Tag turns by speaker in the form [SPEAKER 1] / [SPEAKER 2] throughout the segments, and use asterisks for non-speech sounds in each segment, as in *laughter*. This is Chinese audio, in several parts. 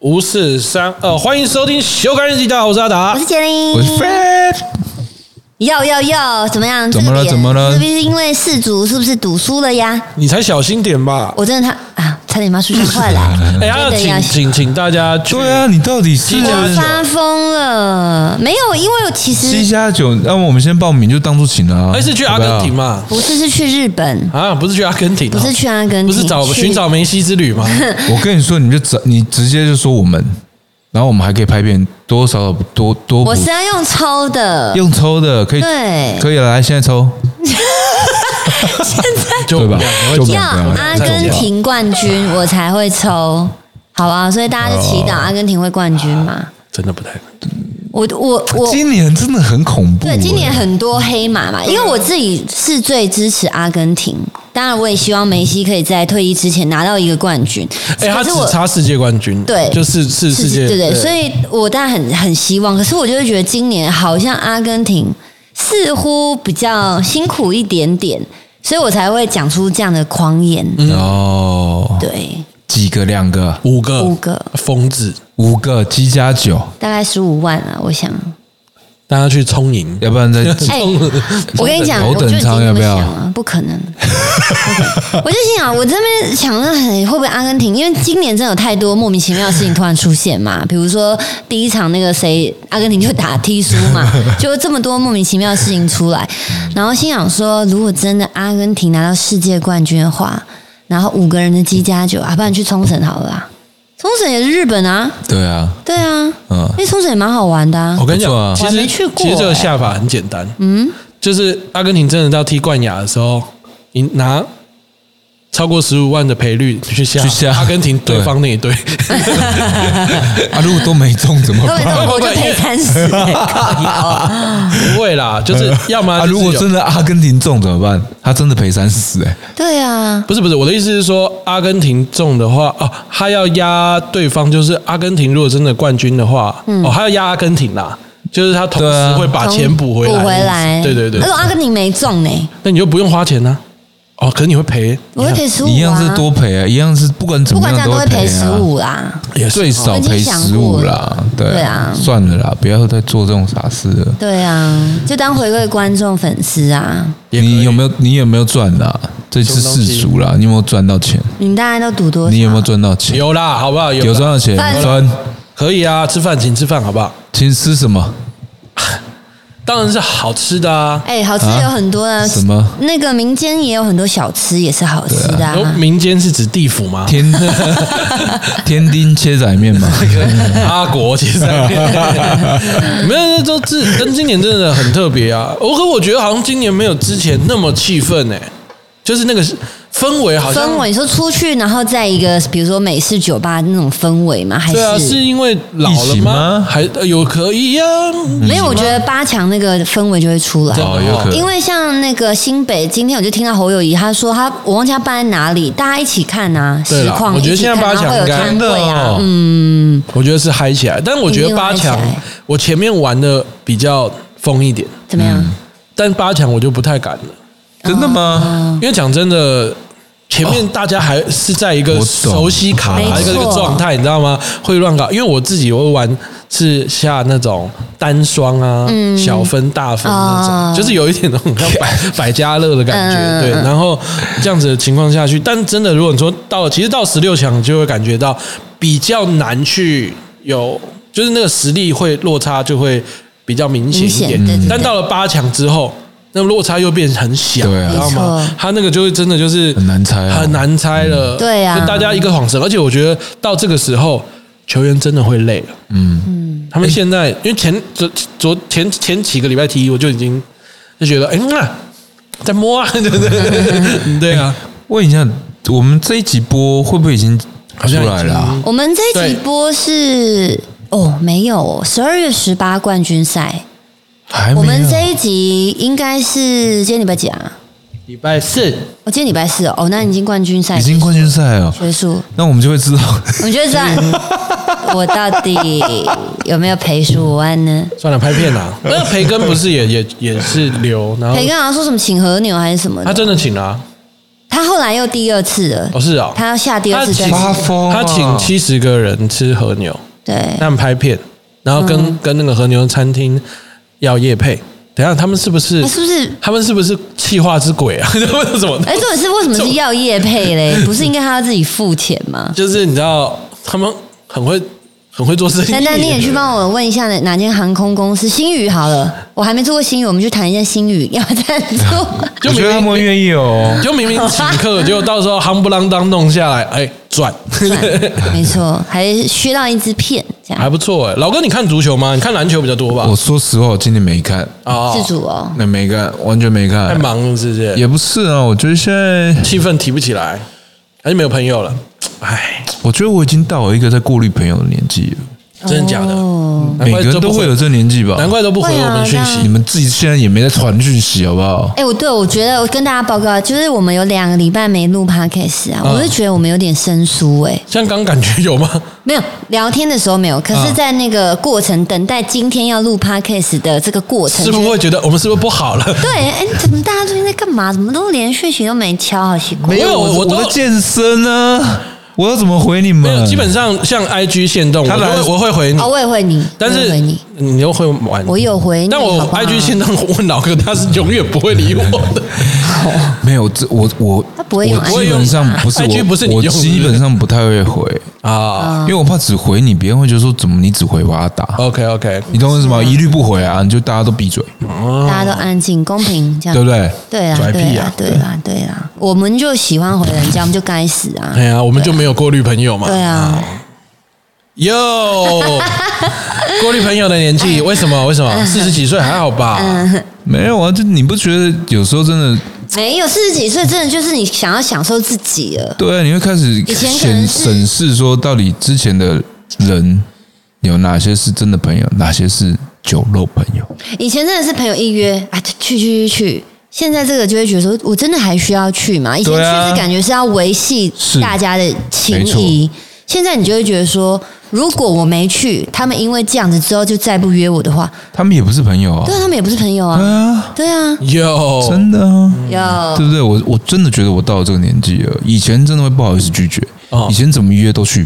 [SPEAKER 1] 五四三二，欢迎收听《修改日记》，大家好，我是阿达
[SPEAKER 2] 我是。杰
[SPEAKER 3] 我
[SPEAKER 2] 林
[SPEAKER 3] 是，Fred，
[SPEAKER 2] 要要要，怎么样？
[SPEAKER 3] 怎么了
[SPEAKER 2] 这个脸
[SPEAKER 3] 怎么了
[SPEAKER 2] 是不是因为世足是不是赌输了呀？
[SPEAKER 1] 你才小心点吧！
[SPEAKER 2] 我真的他啊，差点骂出去
[SPEAKER 3] *laughs*
[SPEAKER 2] 话来，
[SPEAKER 1] 哎，要
[SPEAKER 2] 真的
[SPEAKER 1] 请
[SPEAKER 2] 要
[SPEAKER 1] 请请大家去
[SPEAKER 3] 对啊，你到底是
[SPEAKER 2] 我发疯了。没有，因为我其
[SPEAKER 3] 七
[SPEAKER 2] 实
[SPEAKER 3] 加九？那我们先报名就当做请了啊，
[SPEAKER 1] 还哎是去阿根廷嘛？
[SPEAKER 2] 不是是去日本，
[SPEAKER 1] 啊，不是去阿根廷哦，
[SPEAKER 2] 不是去阿根廷，
[SPEAKER 1] 不是找
[SPEAKER 2] 去
[SPEAKER 1] 寻找梅西之旅
[SPEAKER 2] *laughs*
[SPEAKER 1] 吗？
[SPEAKER 3] 好不好？我跟你说，你就直你直接就说我们，然后我们还可以拍片，多少多多补
[SPEAKER 2] 我是要用抽的，
[SPEAKER 3] 用抽的，可以
[SPEAKER 2] 对
[SPEAKER 3] 可以了来，现在抽，
[SPEAKER 1] 就
[SPEAKER 3] 对吧
[SPEAKER 1] 两个
[SPEAKER 3] 就不
[SPEAKER 1] 会
[SPEAKER 3] 要
[SPEAKER 2] 要
[SPEAKER 3] 不
[SPEAKER 2] 阿根廷冠军我才会抽，好吧？所以大家就祈
[SPEAKER 3] 哦
[SPEAKER 2] 祷阿根廷会冠军嘛。
[SPEAKER 1] 真的不太可能。
[SPEAKER 2] 我我我
[SPEAKER 3] 今年真的很恐怖欸，
[SPEAKER 2] 对，今年很多黑马
[SPEAKER 1] 啊
[SPEAKER 2] 嘛，因为我自己是最支持阿根廷，当然我也希望梅西可以在退役之前拿到一个冠军。
[SPEAKER 1] 哎，他
[SPEAKER 2] 可
[SPEAKER 1] 只
[SPEAKER 2] 是我
[SPEAKER 1] 差世界冠军，
[SPEAKER 2] 对
[SPEAKER 1] 就是是世界，
[SPEAKER 2] 对对，所以我当然很很希望，可是我就会觉得今年好像阿根廷似乎比较辛苦一点点，所以我才会讲出这样的狂言。
[SPEAKER 1] 嗯
[SPEAKER 3] 嗯哦，
[SPEAKER 2] 对，
[SPEAKER 3] 几个两个
[SPEAKER 1] 五个
[SPEAKER 2] 五个
[SPEAKER 1] 疯子，
[SPEAKER 3] 五个七加九，
[SPEAKER 2] 大概十五万啊，我想。
[SPEAKER 1] 大家去充盈。
[SPEAKER 3] 要不然再
[SPEAKER 2] 哎、我跟你讲，
[SPEAKER 3] 头
[SPEAKER 2] 我
[SPEAKER 3] 等
[SPEAKER 2] 就已经
[SPEAKER 3] 舱
[SPEAKER 2] 这
[SPEAKER 3] 要
[SPEAKER 2] 么
[SPEAKER 3] 不要
[SPEAKER 2] 想了，不可能。OK，我就心想，我这边想的很会不会阿根廷？因为今年真的有太多莫名其妙的事情突然出现嘛，比如说第一场那个谁，阿根廷就打踢输嘛，就这么多莫名其妙的事情出来。然后心想说，如果真的阿根廷拿到世界冠军的话，然后五个人的七加九啊，不然去冲绳好了啦。冲绳也是日本啊，
[SPEAKER 3] *laughs* 对啊，
[SPEAKER 2] 对啊，
[SPEAKER 3] 嗯
[SPEAKER 2] 因为冲绳也蛮好玩的啊
[SPEAKER 1] 我。跟你
[SPEAKER 3] 不错
[SPEAKER 1] 讲，
[SPEAKER 3] 啊
[SPEAKER 1] 其
[SPEAKER 2] 我还
[SPEAKER 1] 实
[SPEAKER 2] 没去过
[SPEAKER 1] 其实这个
[SPEAKER 2] 哎
[SPEAKER 1] 下法很简单，嗯，就是阿根廷真的到踢冠亚的时候，你拿超过十五万的赔率去下
[SPEAKER 3] 去下
[SPEAKER 1] 阿根廷对方那一队，
[SPEAKER 3] 啊，如果都没中怎么
[SPEAKER 2] 各位
[SPEAKER 3] 办？ *laughs*
[SPEAKER 2] 我就赔三十，靠腰
[SPEAKER 1] *laughs* 不会啦，就是要么就
[SPEAKER 3] 啊，
[SPEAKER 1] 是有
[SPEAKER 3] 如果真的阿根廷中怎么办？他真的赔三十哎，
[SPEAKER 2] 对啊，
[SPEAKER 1] 不是不是，我的意思是说，阿根廷中的话，哦，他要压对方，就是阿根廷如果真的冠军的话，
[SPEAKER 2] 嗯
[SPEAKER 1] 哦，他要压阿根廷啦，就是他同
[SPEAKER 3] 对
[SPEAKER 1] 时
[SPEAKER 3] 啊
[SPEAKER 1] 会把钱补回来，
[SPEAKER 2] 补回来。
[SPEAKER 1] 对对对
[SPEAKER 2] 那，种阿根廷没中呢，
[SPEAKER 1] 那你就不用花钱呢、哦，可你会赔，
[SPEAKER 2] 我会赔十五、啊，
[SPEAKER 3] 一样是多赔啊，一样是不管怎
[SPEAKER 2] 不
[SPEAKER 3] 么
[SPEAKER 2] 管怎
[SPEAKER 3] 样
[SPEAKER 2] 样都会
[SPEAKER 3] 会
[SPEAKER 2] 赔
[SPEAKER 3] 啊
[SPEAKER 2] 十五啦。
[SPEAKER 1] 也是
[SPEAKER 3] 最少赔十五啦，对
[SPEAKER 2] 对啊
[SPEAKER 3] 算了啦，不要再做这种傻事了。
[SPEAKER 2] 对啊，就当回馈观众粉丝啊，
[SPEAKER 1] 也可以
[SPEAKER 3] 你有没有你有没有赚啦？这次世俗啦，你有没有赚到钱？
[SPEAKER 2] 你们大家都赌多少？
[SPEAKER 3] 你有没有赚到钱？
[SPEAKER 1] 有啦，好不好？有
[SPEAKER 3] 有
[SPEAKER 1] 啦
[SPEAKER 3] 赚到钱，
[SPEAKER 2] 饭
[SPEAKER 3] 赚，
[SPEAKER 1] 可以啊，吃饭请吃饭，好不好？
[SPEAKER 3] 请吃什么？
[SPEAKER 1] 当然是好吃的啊，
[SPEAKER 2] 哎、好吃有很多啊，
[SPEAKER 3] 什么？
[SPEAKER 2] 那个民间也有很多小吃，也是好吃的、啊。
[SPEAKER 1] 有哦民间是指地府吗？
[SPEAKER 3] 天天丁切仔面
[SPEAKER 1] *laughs*
[SPEAKER 3] 嘛，
[SPEAKER 1] 啊
[SPEAKER 3] 啊
[SPEAKER 1] 阿国
[SPEAKER 3] *laughs*
[SPEAKER 1] 其实在没有，这这跟今年真的很特别啊！我可我觉得好像今年没有之前那么气氛哎、就是那个氛围好像
[SPEAKER 2] 氛围，你说出去，然后在一个比如说美式酒吧那种氛围吗？还是
[SPEAKER 1] 对啊，是因为老
[SPEAKER 3] 疫
[SPEAKER 1] 了
[SPEAKER 3] 情
[SPEAKER 1] 吗？
[SPEAKER 3] 吗
[SPEAKER 1] 还呃有可以呀、啊，
[SPEAKER 2] 没有？我觉得八强那个氛围就会出来。
[SPEAKER 3] 哦，有可
[SPEAKER 2] 因
[SPEAKER 3] 能。
[SPEAKER 2] 为像那个新北，今天我就听到侯友谊他说他，我忘记他办在哪里，大家一起看啊，
[SPEAKER 1] 对
[SPEAKER 2] 实
[SPEAKER 1] 啦
[SPEAKER 2] 况
[SPEAKER 1] 我
[SPEAKER 2] 一
[SPEAKER 1] 觉得
[SPEAKER 2] 起看，
[SPEAKER 1] 现在八
[SPEAKER 2] 然
[SPEAKER 1] 强
[SPEAKER 2] 后会有
[SPEAKER 1] 应该
[SPEAKER 2] 摊
[SPEAKER 3] 真的
[SPEAKER 2] 位啊
[SPEAKER 3] 哦，，
[SPEAKER 1] 我觉得是嗨起来。但我觉得八强
[SPEAKER 2] 一定会嗨起来，
[SPEAKER 1] 我前面玩的比较疯一点，
[SPEAKER 2] 怎么样？
[SPEAKER 1] 嗯但八强我就不太敢了，啊
[SPEAKER 3] 真的吗？
[SPEAKER 1] 因为讲真的。前面大家还是在一个
[SPEAKER 3] 我懂
[SPEAKER 1] 熟悉卡
[SPEAKER 2] 没
[SPEAKER 1] 牌的一个
[SPEAKER 2] 错
[SPEAKER 1] 状态，你知道吗？会乱搞，因为我自己会玩是下那种单双啊，
[SPEAKER 2] 嗯
[SPEAKER 1] 小分大分那
[SPEAKER 2] 哦
[SPEAKER 1] 种，就是有一点那种像
[SPEAKER 2] *laughs*
[SPEAKER 1] 百百家乐的感觉，
[SPEAKER 2] 嗯
[SPEAKER 1] 对。
[SPEAKER 2] 嗯
[SPEAKER 1] 然后这样子的情况下去，但真的如果你说到，其实到十六强你就会感觉到比较难去有，就是那个实力会落差就会比较明显一
[SPEAKER 2] 明显对
[SPEAKER 1] 点
[SPEAKER 2] 对对。
[SPEAKER 1] 但到了八强之后，那落差又变很小，
[SPEAKER 3] 对
[SPEAKER 1] 你
[SPEAKER 3] 啊
[SPEAKER 1] 知道
[SPEAKER 2] 没
[SPEAKER 1] 吗
[SPEAKER 2] 错？
[SPEAKER 1] 他那个就会真的就是
[SPEAKER 3] 很难猜啊
[SPEAKER 1] 很难猜了。
[SPEAKER 2] 对啊
[SPEAKER 1] 就大家一个晃神，而且我觉得到这个时候，球员真的会累了。
[SPEAKER 3] 嗯，
[SPEAKER 1] 他们现在因为前昨昨前前几个礼拜踢，我就已经就觉得，哎、那、在摸啊，对 *laughs* 对对，对
[SPEAKER 3] 哎
[SPEAKER 1] 啊，
[SPEAKER 3] 问一下，我们这一集播会不会已经
[SPEAKER 1] 好
[SPEAKER 3] 出
[SPEAKER 1] 像已经
[SPEAKER 3] 来了啊？
[SPEAKER 2] 我们这一集播是哦，没有十二月十八冠军赛，
[SPEAKER 3] 还没有啊
[SPEAKER 2] 我们这一集应该是今天礼拜几啊？
[SPEAKER 1] 礼拜四
[SPEAKER 2] 我、今天礼拜四哦，哦那已经冠军赛
[SPEAKER 3] 已经冠军赛哦，
[SPEAKER 2] 结束，
[SPEAKER 3] 那我们就会知道。
[SPEAKER 2] 我觉得这样，啊我到底有没有赔十五万呢？
[SPEAKER 1] 算了，拍片啦。那个培根不是也也也是留，然后
[SPEAKER 2] 哎培根好像说什么请和牛还是什么
[SPEAKER 1] 他
[SPEAKER 2] 的，
[SPEAKER 1] 真的请了啊、
[SPEAKER 2] 他他后来又第二次了，
[SPEAKER 1] 哦，是啊，
[SPEAKER 2] 他要下第二次
[SPEAKER 1] 他
[SPEAKER 2] 再
[SPEAKER 1] 请
[SPEAKER 3] 发疯啊
[SPEAKER 1] 他请七十个人吃和牛，
[SPEAKER 2] 对
[SPEAKER 1] 他们拍片，然后跟、
[SPEAKER 2] 嗯
[SPEAKER 1] 跟那个和牛餐厅要夜配。等一下他们是不是
[SPEAKER 2] 哎是不是
[SPEAKER 1] 他们是不是气化之鬼啊？他 *laughs* 们怎么？
[SPEAKER 2] 哎，重点是为什么是要业
[SPEAKER 1] *laughs*
[SPEAKER 2] 配嘞？不是应该他要自己付钱吗？
[SPEAKER 1] 就是你知道他们很会很会做生意。
[SPEAKER 2] 丹丹，你也去帮我问一下哪哪间航空公司？星宇好了，我还没做过星宇，我们去谈一下星宇要赞助。
[SPEAKER 1] *laughs* 就
[SPEAKER 3] 我
[SPEAKER 1] 明
[SPEAKER 3] 觉得他
[SPEAKER 1] 明
[SPEAKER 3] 们愿意哦。
[SPEAKER 1] 就明明请客，结果到时候夯不啷当弄下来，哎，赚，
[SPEAKER 2] 赚没错，还削到一支片这
[SPEAKER 1] 还
[SPEAKER 2] 样。
[SPEAKER 1] 不错哎。老哥，你看足球吗？你看篮球比较多吧
[SPEAKER 3] 我？说实话，我今年没看，
[SPEAKER 1] 哦
[SPEAKER 2] 自，主哦，
[SPEAKER 3] 那没看，完全没
[SPEAKER 1] 太
[SPEAKER 3] 看，
[SPEAKER 1] 忙了是不是？
[SPEAKER 3] 也不是啊。我觉得现在，
[SPEAKER 1] 气氛提不起来，还是没有朋友了。哎，
[SPEAKER 3] 我觉得我已经到了一个在顾虑朋友的年纪了。
[SPEAKER 1] 嗯真的假的？嗯
[SPEAKER 2] 哦
[SPEAKER 1] 难
[SPEAKER 3] 每
[SPEAKER 1] 怪
[SPEAKER 3] 个人
[SPEAKER 1] 不
[SPEAKER 3] 都会
[SPEAKER 1] 回
[SPEAKER 3] 有，这年纪吧？
[SPEAKER 1] 难怪都不回我们讯
[SPEAKER 2] 会啊
[SPEAKER 1] 息
[SPEAKER 3] 你。们自己现在也没在传讯息，好不好？
[SPEAKER 2] 哎、我对我觉得我跟大家报告，就是我们有两个礼拜没录 podcast 啊，
[SPEAKER 1] 嗯
[SPEAKER 2] 我就觉得我们有点生疏哎、
[SPEAKER 1] 像刚感觉有吗？
[SPEAKER 2] 没有聊天的时候没有，可是，
[SPEAKER 1] 嗯
[SPEAKER 2] 在那个过程、等待今天要录 podcast 的这个过程，
[SPEAKER 1] 是不是会觉得我们是不是不好
[SPEAKER 3] *laughs*
[SPEAKER 1] 了？
[SPEAKER 3] 嗯
[SPEAKER 2] 对，哎、怎么大家最近在干嘛？怎么都连讯息都没敲，好奇怪。
[SPEAKER 1] 没有我
[SPEAKER 3] 我
[SPEAKER 1] 都
[SPEAKER 3] 在健身呢，我要怎么回你
[SPEAKER 1] 没有，
[SPEAKER 3] 们？
[SPEAKER 1] 基本上像 IG 限动，我
[SPEAKER 3] 他
[SPEAKER 1] 都
[SPEAKER 3] 来
[SPEAKER 1] 会我会回你
[SPEAKER 2] 哦，，我也回你，
[SPEAKER 1] 但
[SPEAKER 2] 我也
[SPEAKER 1] 是
[SPEAKER 2] 回你，
[SPEAKER 1] 你又会玩，
[SPEAKER 2] 我有回你
[SPEAKER 1] 但我
[SPEAKER 2] 好不好
[SPEAKER 1] IG 限动问老哥，他是永远不会理我的。
[SPEAKER 2] *laughs*
[SPEAKER 3] 没有这我我
[SPEAKER 2] 他不会用
[SPEAKER 3] 我
[SPEAKER 2] IG
[SPEAKER 3] 基本上
[SPEAKER 2] 吧
[SPEAKER 3] 不是
[SPEAKER 1] IG
[SPEAKER 3] 我
[SPEAKER 1] 不是你
[SPEAKER 3] 我
[SPEAKER 1] 用的
[SPEAKER 3] 基本上不太会回，
[SPEAKER 1] 啊
[SPEAKER 3] 因为我怕只回你，别人会觉得说怎么你只回我阿达，
[SPEAKER 1] ，OK OK，
[SPEAKER 3] 你懂我意思吗？一律不回啊，你就大家都闭嘴，
[SPEAKER 2] 大家都安静、公平这样
[SPEAKER 3] 对不。对？
[SPEAKER 2] 对啦
[SPEAKER 1] 拽，屁啊呀
[SPEAKER 2] 对啦，对啦，对啦，我们就喜欢回人家，我们就该死啊！
[SPEAKER 1] 哎呀，我们就没有过滤朋友嘛。
[SPEAKER 2] 对啊， *laughs*
[SPEAKER 1] 哟，过滤朋友的年
[SPEAKER 2] 哎
[SPEAKER 1] 纪，为什么？为什么？四十几岁还好吧？
[SPEAKER 2] 嗯
[SPEAKER 3] 没有啊，就你不觉得有时候真的
[SPEAKER 2] 没有四十几岁，真的就是你想要享受自己了。
[SPEAKER 3] 对啊？你会开始
[SPEAKER 2] 前可能
[SPEAKER 3] 审
[SPEAKER 2] 是
[SPEAKER 3] 审视说，到底之前的人有哪些是真的朋友，哪些是酒肉朋友？
[SPEAKER 2] 以前真的是朋友一约啊，去去去去。现在这个就会觉得说，我真的还需要去吗？以前去
[SPEAKER 3] 对啊
[SPEAKER 2] 是感觉是要维系
[SPEAKER 3] 是
[SPEAKER 2] 大家的情
[SPEAKER 3] 没错
[SPEAKER 2] 谊，现在你就会觉得说，如果我没去，他们因为这样子之后就再不约我的话，
[SPEAKER 3] 他们也不是朋友啊
[SPEAKER 2] 对，啊，他们也不是朋友
[SPEAKER 3] 对
[SPEAKER 2] 啊，
[SPEAKER 3] 啊，
[SPEAKER 2] 对啊，
[SPEAKER 1] 哟，
[SPEAKER 3] 真的啊。
[SPEAKER 2] 要
[SPEAKER 3] 对不对？我我真的觉得我到了这个年纪了，以前真的会不好意思拒绝，
[SPEAKER 1] 哦
[SPEAKER 3] 以前怎么约都去，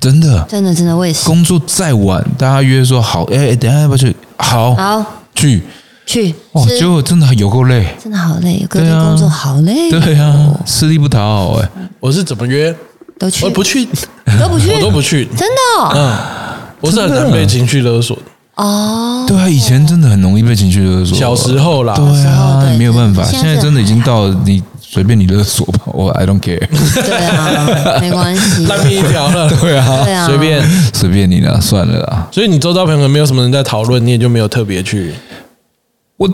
[SPEAKER 3] 真的。
[SPEAKER 2] 真的真的我也是，
[SPEAKER 3] 工作再晚，大家约说好，哎、哎，等一下要不要去？好，
[SPEAKER 2] 好
[SPEAKER 3] 去。
[SPEAKER 2] 去
[SPEAKER 3] 哇，
[SPEAKER 2] 吃
[SPEAKER 3] 结果真的有够累。
[SPEAKER 2] 真的好累，各
[SPEAKER 3] 哦对
[SPEAKER 2] 地
[SPEAKER 3] 啊
[SPEAKER 2] 工作好累，
[SPEAKER 3] 对啊，吃力不讨好哎、
[SPEAKER 1] 我是怎么约？
[SPEAKER 2] 都去
[SPEAKER 1] 我
[SPEAKER 3] 哦
[SPEAKER 1] 不
[SPEAKER 2] *laughs*
[SPEAKER 1] 去，
[SPEAKER 2] 都不去，
[SPEAKER 1] 我都不去。
[SPEAKER 2] 真的哦
[SPEAKER 1] 啊我是很难
[SPEAKER 3] 啊
[SPEAKER 1] 被情绪勒索的。
[SPEAKER 2] 哦，
[SPEAKER 3] 对啊，以前真的很容易被情绪勒索。
[SPEAKER 1] 小时候啦，
[SPEAKER 3] 啊对
[SPEAKER 2] 小时候
[SPEAKER 3] 啊，
[SPEAKER 2] 对
[SPEAKER 3] 没有办法，
[SPEAKER 2] 现
[SPEAKER 3] 现
[SPEAKER 2] 在
[SPEAKER 3] 在真的已经到了你随便你勒索吧，我 I don't care。 *laughs*
[SPEAKER 2] 对啊，没关系，
[SPEAKER 1] 烂命一条了，
[SPEAKER 3] 对啊，
[SPEAKER 2] 对啊，
[SPEAKER 1] 随便。
[SPEAKER 3] 随便你啦，算了啦。
[SPEAKER 1] 所以你周遭朋友没有什么人在讨论，你也就没有特别去
[SPEAKER 3] 我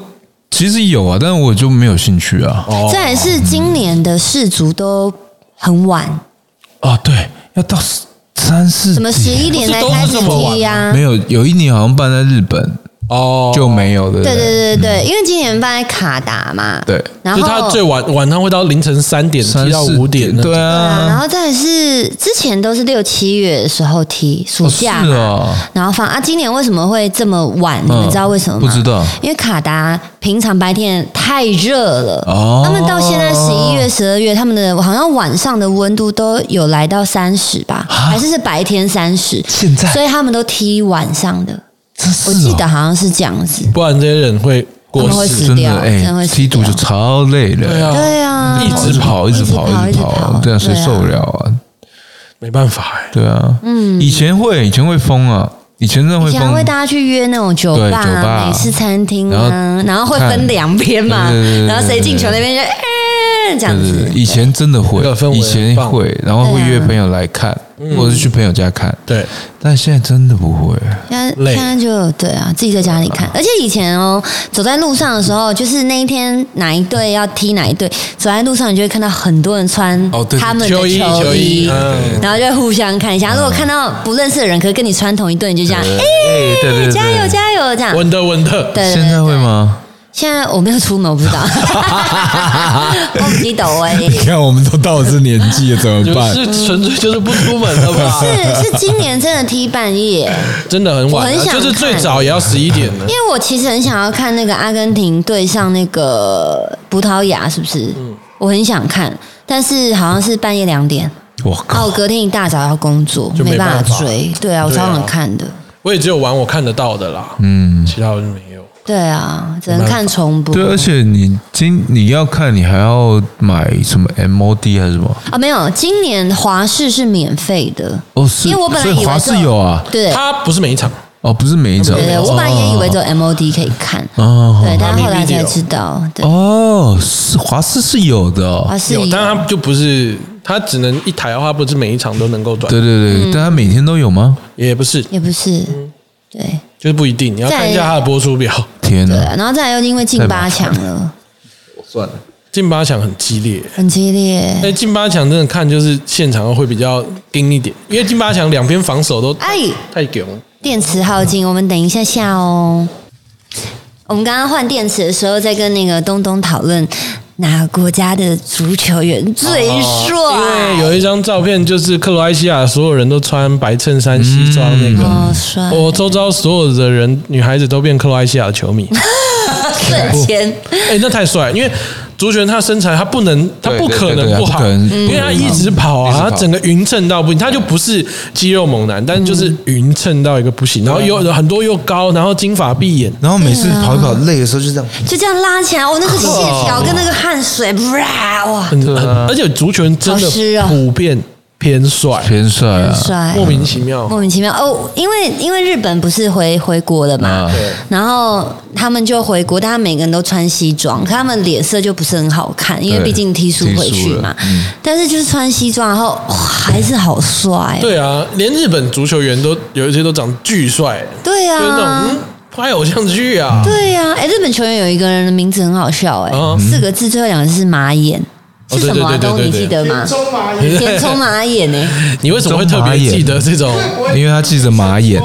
[SPEAKER 3] 其实有啊，但是我就没有兴趣啊。
[SPEAKER 1] 哦
[SPEAKER 2] 再来是今年的世足都很晚，
[SPEAKER 3] 啊，对，要到十三四
[SPEAKER 2] 什么十一点才开
[SPEAKER 1] 不是都是
[SPEAKER 2] 始
[SPEAKER 1] 这么晚
[SPEAKER 2] 踢啊呀、
[SPEAKER 3] 没有，有一年好像办在日本
[SPEAKER 1] 哦，
[SPEAKER 3] 就没有的。
[SPEAKER 2] 对对对对，因为今年办在卡达嘛，
[SPEAKER 3] 对
[SPEAKER 2] 然
[SPEAKER 1] 就他
[SPEAKER 2] 后
[SPEAKER 1] 最晚啊晚上会到凌晨三点
[SPEAKER 3] 三
[SPEAKER 1] 踢到五点那种，
[SPEAKER 3] 对
[SPEAKER 2] 对啊，然
[SPEAKER 3] 啊，
[SPEAKER 2] 后再来是之前都是六七月的时候踢，暑
[SPEAKER 3] 哦
[SPEAKER 2] 啊假
[SPEAKER 3] 是
[SPEAKER 2] 嘛
[SPEAKER 3] 哦
[SPEAKER 2] 然后放啊，今年为什么会这么晚？你们
[SPEAKER 3] 嗯
[SPEAKER 2] 知道为什么吗？
[SPEAKER 3] 不知道
[SPEAKER 2] 因为卡达平常白天太热了，
[SPEAKER 3] 哦
[SPEAKER 2] 他们到现在十一月、十二月，他们的好像晚上的温度都有来到三十吧，还是是白天三十，
[SPEAKER 3] 啊现在
[SPEAKER 2] 所以他们都踢晚上的，
[SPEAKER 3] 真是
[SPEAKER 2] 我
[SPEAKER 3] 哦
[SPEAKER 2] 记得好像是这样子。
[SPEAKER 1] 不然这些人会过
[SPEAKER 2] 他们会
[SPEAKER 1] 世。
[SPEAKER 2] 死
[SPEAKER 3] 真
[SPEAKER 2] 掉
[SPEAKER 3] 的
[SPEAKER 2] 真的会
[SPEAKER 3] 哎，
[SPEAKER 2] 死
[SPEAKER 3] 踢足
[SPEAKER 2] 掉
[SPEAKER 3] 球超累的，
[SPEAKER 1] 对啊
[SPEAKER 2] 对啊，
[SPEAKER 1] 一
[SPEAKER 3] 哦一直跑，一直跑，
[SPEAKER 2] 一直
[SPEAKER 3] 一直
[SPEAKER 2] 跑
[SPEAKER 3] 跑，对啊，谁
[SPEAKER 2] 对啊
[SPEAKER 3] 受得了啊？
[SPEAKER 1] 没办法哎、
[SPEAKER 3] 对啊，嗯，以前会，以前会疯啊，以前真的会
[SPEAKER 2] 以前还
[SPEAKER 3] 疯
[SPEAKER 2] 会，大家去约那种酒吧、啊
[SPEAKER 3] 对酒吧
[SPEAKER 2] 美式餐厅啊，然
[SPEAKER 3] 然后
[SPEAKER 2] 后会分两边嘛
[SPEAKER 3] 看对对对，对
[SPEAKER 2] 然后谁进球那边就哎这样
[SPEAKER 3] 对对
[SPEAKER 2] 子
[SPEAKER 3] 对，。以前真的会
[SPEAKER 1] 那个氛，围
[SPEAKER 3] 以前
[SPEAKER 1] 很棒
[SPEAKER 3] 会，然后会
[SPEAKER 2] 对啊
[SPEAKER 3] 约朋友来看，或者是去朋友家看，
[SPEAKER 1] 对，
[SPEAKER 3] 但现在真的不会。
[SPEAKER 2] 现在
[SPEAKER 1] 累
[SPEAKER 2] 现在就对啊，自己在家里看。而且以前哦，走在路上的时候，就是那一天哪一队要踢哪一队，走在路上你就会看到很多人穿
[SPEAKER 3] 哦对对
[SPEAKER 2] 他们的
[SPEAKER 1] 秋衣秋衣嗯
[SPEAKER 3] 啊
[SPEAKER 2] 然后就会互相看一下。如果看到不认识的人，可是跟你穿同一队，你就这样哎
[SPEAKER 3] 哎，对对对，
[SPEAKER 2] 加油加油这样。
[SPEAKER 1] 稳的稳的，
[SPEAKER 2] 对，对
[SPEAKER 3] 现在会吗？
[SPEAKER 2] 现在我没有出门，我不知
[SPEAKER 3] *laughs*
[SPEAKER 2] 道， *laughs* 我不记得哎。
[SPEAKER 3] 看，我们都到了这年纪了，怎
[SPEAKER 2] *laughs*
[SPEAKER 3] 么
[SPEAKER 1] 就是纯粹就是不出门了吧？
[SPEAKER 2] 是是今年真的踢半夜，
[SPEAKER 1] 真的很晚、
[SPEAKER 2] 我很
[SPEAKER 1] 啊，
[SPEAKER 2] 想
[SPEAKER 1] 就是最早也要十一点了
[SPEAKER 2] 因。为我其实很想要看那个阿根廷对上那个葡萄牙，是不是？我很想看，但是好像是半夜两点，
[SPEAKER 3] 我
[SPEAKER 2] 啊，我
[SPEAKER 3] 靠，
[SPEAKER 2] 隔天一大早要工作，
[SPEAKER 1] 就没
[SPEAKER 2] 办
[SPEAKER 1] 办法
[SPEAKER 2] 追。对啊，我
[SPEAKER 1] 对
[SPEAKER 2] 超
[SPEAKER 1] 啊
[SPEAKER 2] 想看的。
[SPEAKER 1] 我也只有玩我看得到的啦，
[SPEAKER 3] 嗯，
[SPEAKER 1] 其他我就没有。
[SPEAKER 2] 对啊，只能看重播。
[SPEAKER 3] 对，啊而且你今你要看，你还要买什么 MOD 还是什么？
[SPEAKER 2] 啊，没有，今年华视是免费的。
[SPEAKER 3] 哦，是，
[SPEAKER 2] 因为我本来
[SPEAKER 3] 所以
[SPEAKER 2] 以为
[SPEAKER 3] 华
[SPEAKER 2] 只
[SPEAKER 3] 视有啊，
[SPEAKER 2] 对
[SPEAKER 1] 它不是每一场，
[SPEAKER 3] 哦，不是每一场，
[SPEAKER 2] 对对，我本来也以为只
[SPEAKER 3] 哦
[SPEAKER 2] 有 MOD 可以看，
[SPEAKER 3] 哦
[SPEAKER 2] 对，但
[SPEAKER 1] 那
[SPEAKER 2] 后来
[SPEAKER 1] Mini
[SPEAKER 2] 才
[SPEAKER 1] Video
[SPEAKER 2] 知道，对，
[SPEAKER 3] 哦，是华视是有的哦，
[SPEAKER 2] 华视
[SPEAKER 1] 有，
[SPEAKER 2] 有
[SPEAKER 1] 但它就不是，它只能一台的话，不是每一场都能够转，
[SPEAKER 3] 对对
[SPEAKER 2] 嗯
[SPEAKER 3] 对，但他每天都有吗？
[SPEAKER 1] 也不是，
[SPEAKER 2] 也不是，对
[SPEAKER 1] 就是不一定，你要看一下它的播出表。
[SPEAKER 3] 天
[SPEAKER 2] 对
[SPEAKER 3] 哪
[SPEAKER 2] 啊，，然后再来又因为进
[SPEAKER 3] 太麻
[SPEAKER 2] 八
[SPEAKER 3] 烦
[SPEAKER 2] 强了，
[SPEAKER 3] 算了，
[SPEAKER 1] 进八强很激烈，
[SPEAKER 2] 很激烈。
[SPEAKER 1] 哎，进八强真的看就是现场会比较硬一点，因为进八强两边防守都
[SPEAKER 2] 哎，
[SPEAKER 1] 太囧了。
[SPEAKER 2] 电池耗尽，我们等一下下哦。我们刚刚换电池的时候，在跟那个东东讨论哪个国家的足球员最
[SPEAKER 1] 哦因为
[SPEAKER 2] 帅，
[SPEAKER 1] 有一张照片就是克罗埃西亚所有人都穿白衬衫西装那个。
[SPEAKER 2] 哦，帅，
[SPEAKER 1] 我周遭所有的人，女孩子都变克罗埃西亚的球迷。
[SPEAKER 2] 瞬间
[SPEAKER 1] 哎、那太帅了！因为足球员他身材，他不能，他
[SPEAKER 3] 对
[SPEAKER 1] 不可
[SPEAKER 3] 对对
[SPEAKER 1] 能
[SPEAKER 3] 他
[SPEAKER 1] 不
[SPEAKER 3] 不
[SPEAKER 1] 好，
[SPEAKER 3] 可
[SPEAKER 2] 嗯
[SPEAKER 3] 能
[SPEAKER 1] 因为他一直跑
[SPEAKER 3] 一直
[SPEAKER 1] 啊，
[SPEAKER 3] 跑
[SPEAKER 1] 他整个匀称到不行，他就不是肌肉猛男，但是就是
[SPEAKER 3] 嗯
[SPEAKER 1] 匀称到一个不行，然后
[SPEAKER 3] 啊
[SPEAKER 1] 又有很多又高，然后金发碧眼，
[SPEAKER 4] 然后每次跑一跑累的时候就这样，
[SPEAKER 2] 就这样拉起来，哦，那个线条跟那个汗水，哇，哇
[SPEAKER 1] 很
[SPEAKER 3] 啊
[SPEAKER 1] 很，而且足球员真
[SPEAKER 2] 好湿
[SPEAKER 1] 的
[SPEAKER 2] 哦
[SPEAKER 1] 普遍偏帅，
[SPEAKER 3] 偏帅啊，
[SPEAKER 2] 帅，
[SPEAKER 1] 莫名其妙。
[SPEAKER 2] 莫名其妙哦，因为因为日本不是回回国了嘛，
[SPEAKER 3] 啊
[SPEAKER 2] 然后他们就回国，但他们每个人都穿西装，可他们脸色就不是很好看，因为
[SPEAKER 3] 对
[SPEAKER 2] 毕竟踢输回去嘛
[SPEAKER 3] 踢输了嗯。
[SPEAKER 2] 但是就是穿西装，然后哇还是好帅，
[SPEAKER 1] 对啊，连日本足球员都有一些都长巨帅，
[SPEAKER 2] 对呀、
[SPEAKER 1] 就是那种、嗯、拍偶像剧啊。
[SPEAKER 2] 啊对呀、哎，日本球员有一个人的名字很好笑、哎、
[SPEAKER 1] 嗯
[SPEAKER 2] 四个字最后两个字是马眼，
[SPEAKER 1] 哦
[SPEAKER 2] 是什么、啊？
[SPEAKER 1] 对对对对
[SPEAKER 2] 东
[SPEAKER 1] 对
[SPEAKER 2] 你记得吗？填充马眼呢、哎
[SPEAKER 1] 你为什么会特别记得这种？
[SPEAKER 3] 因为他记着马眼，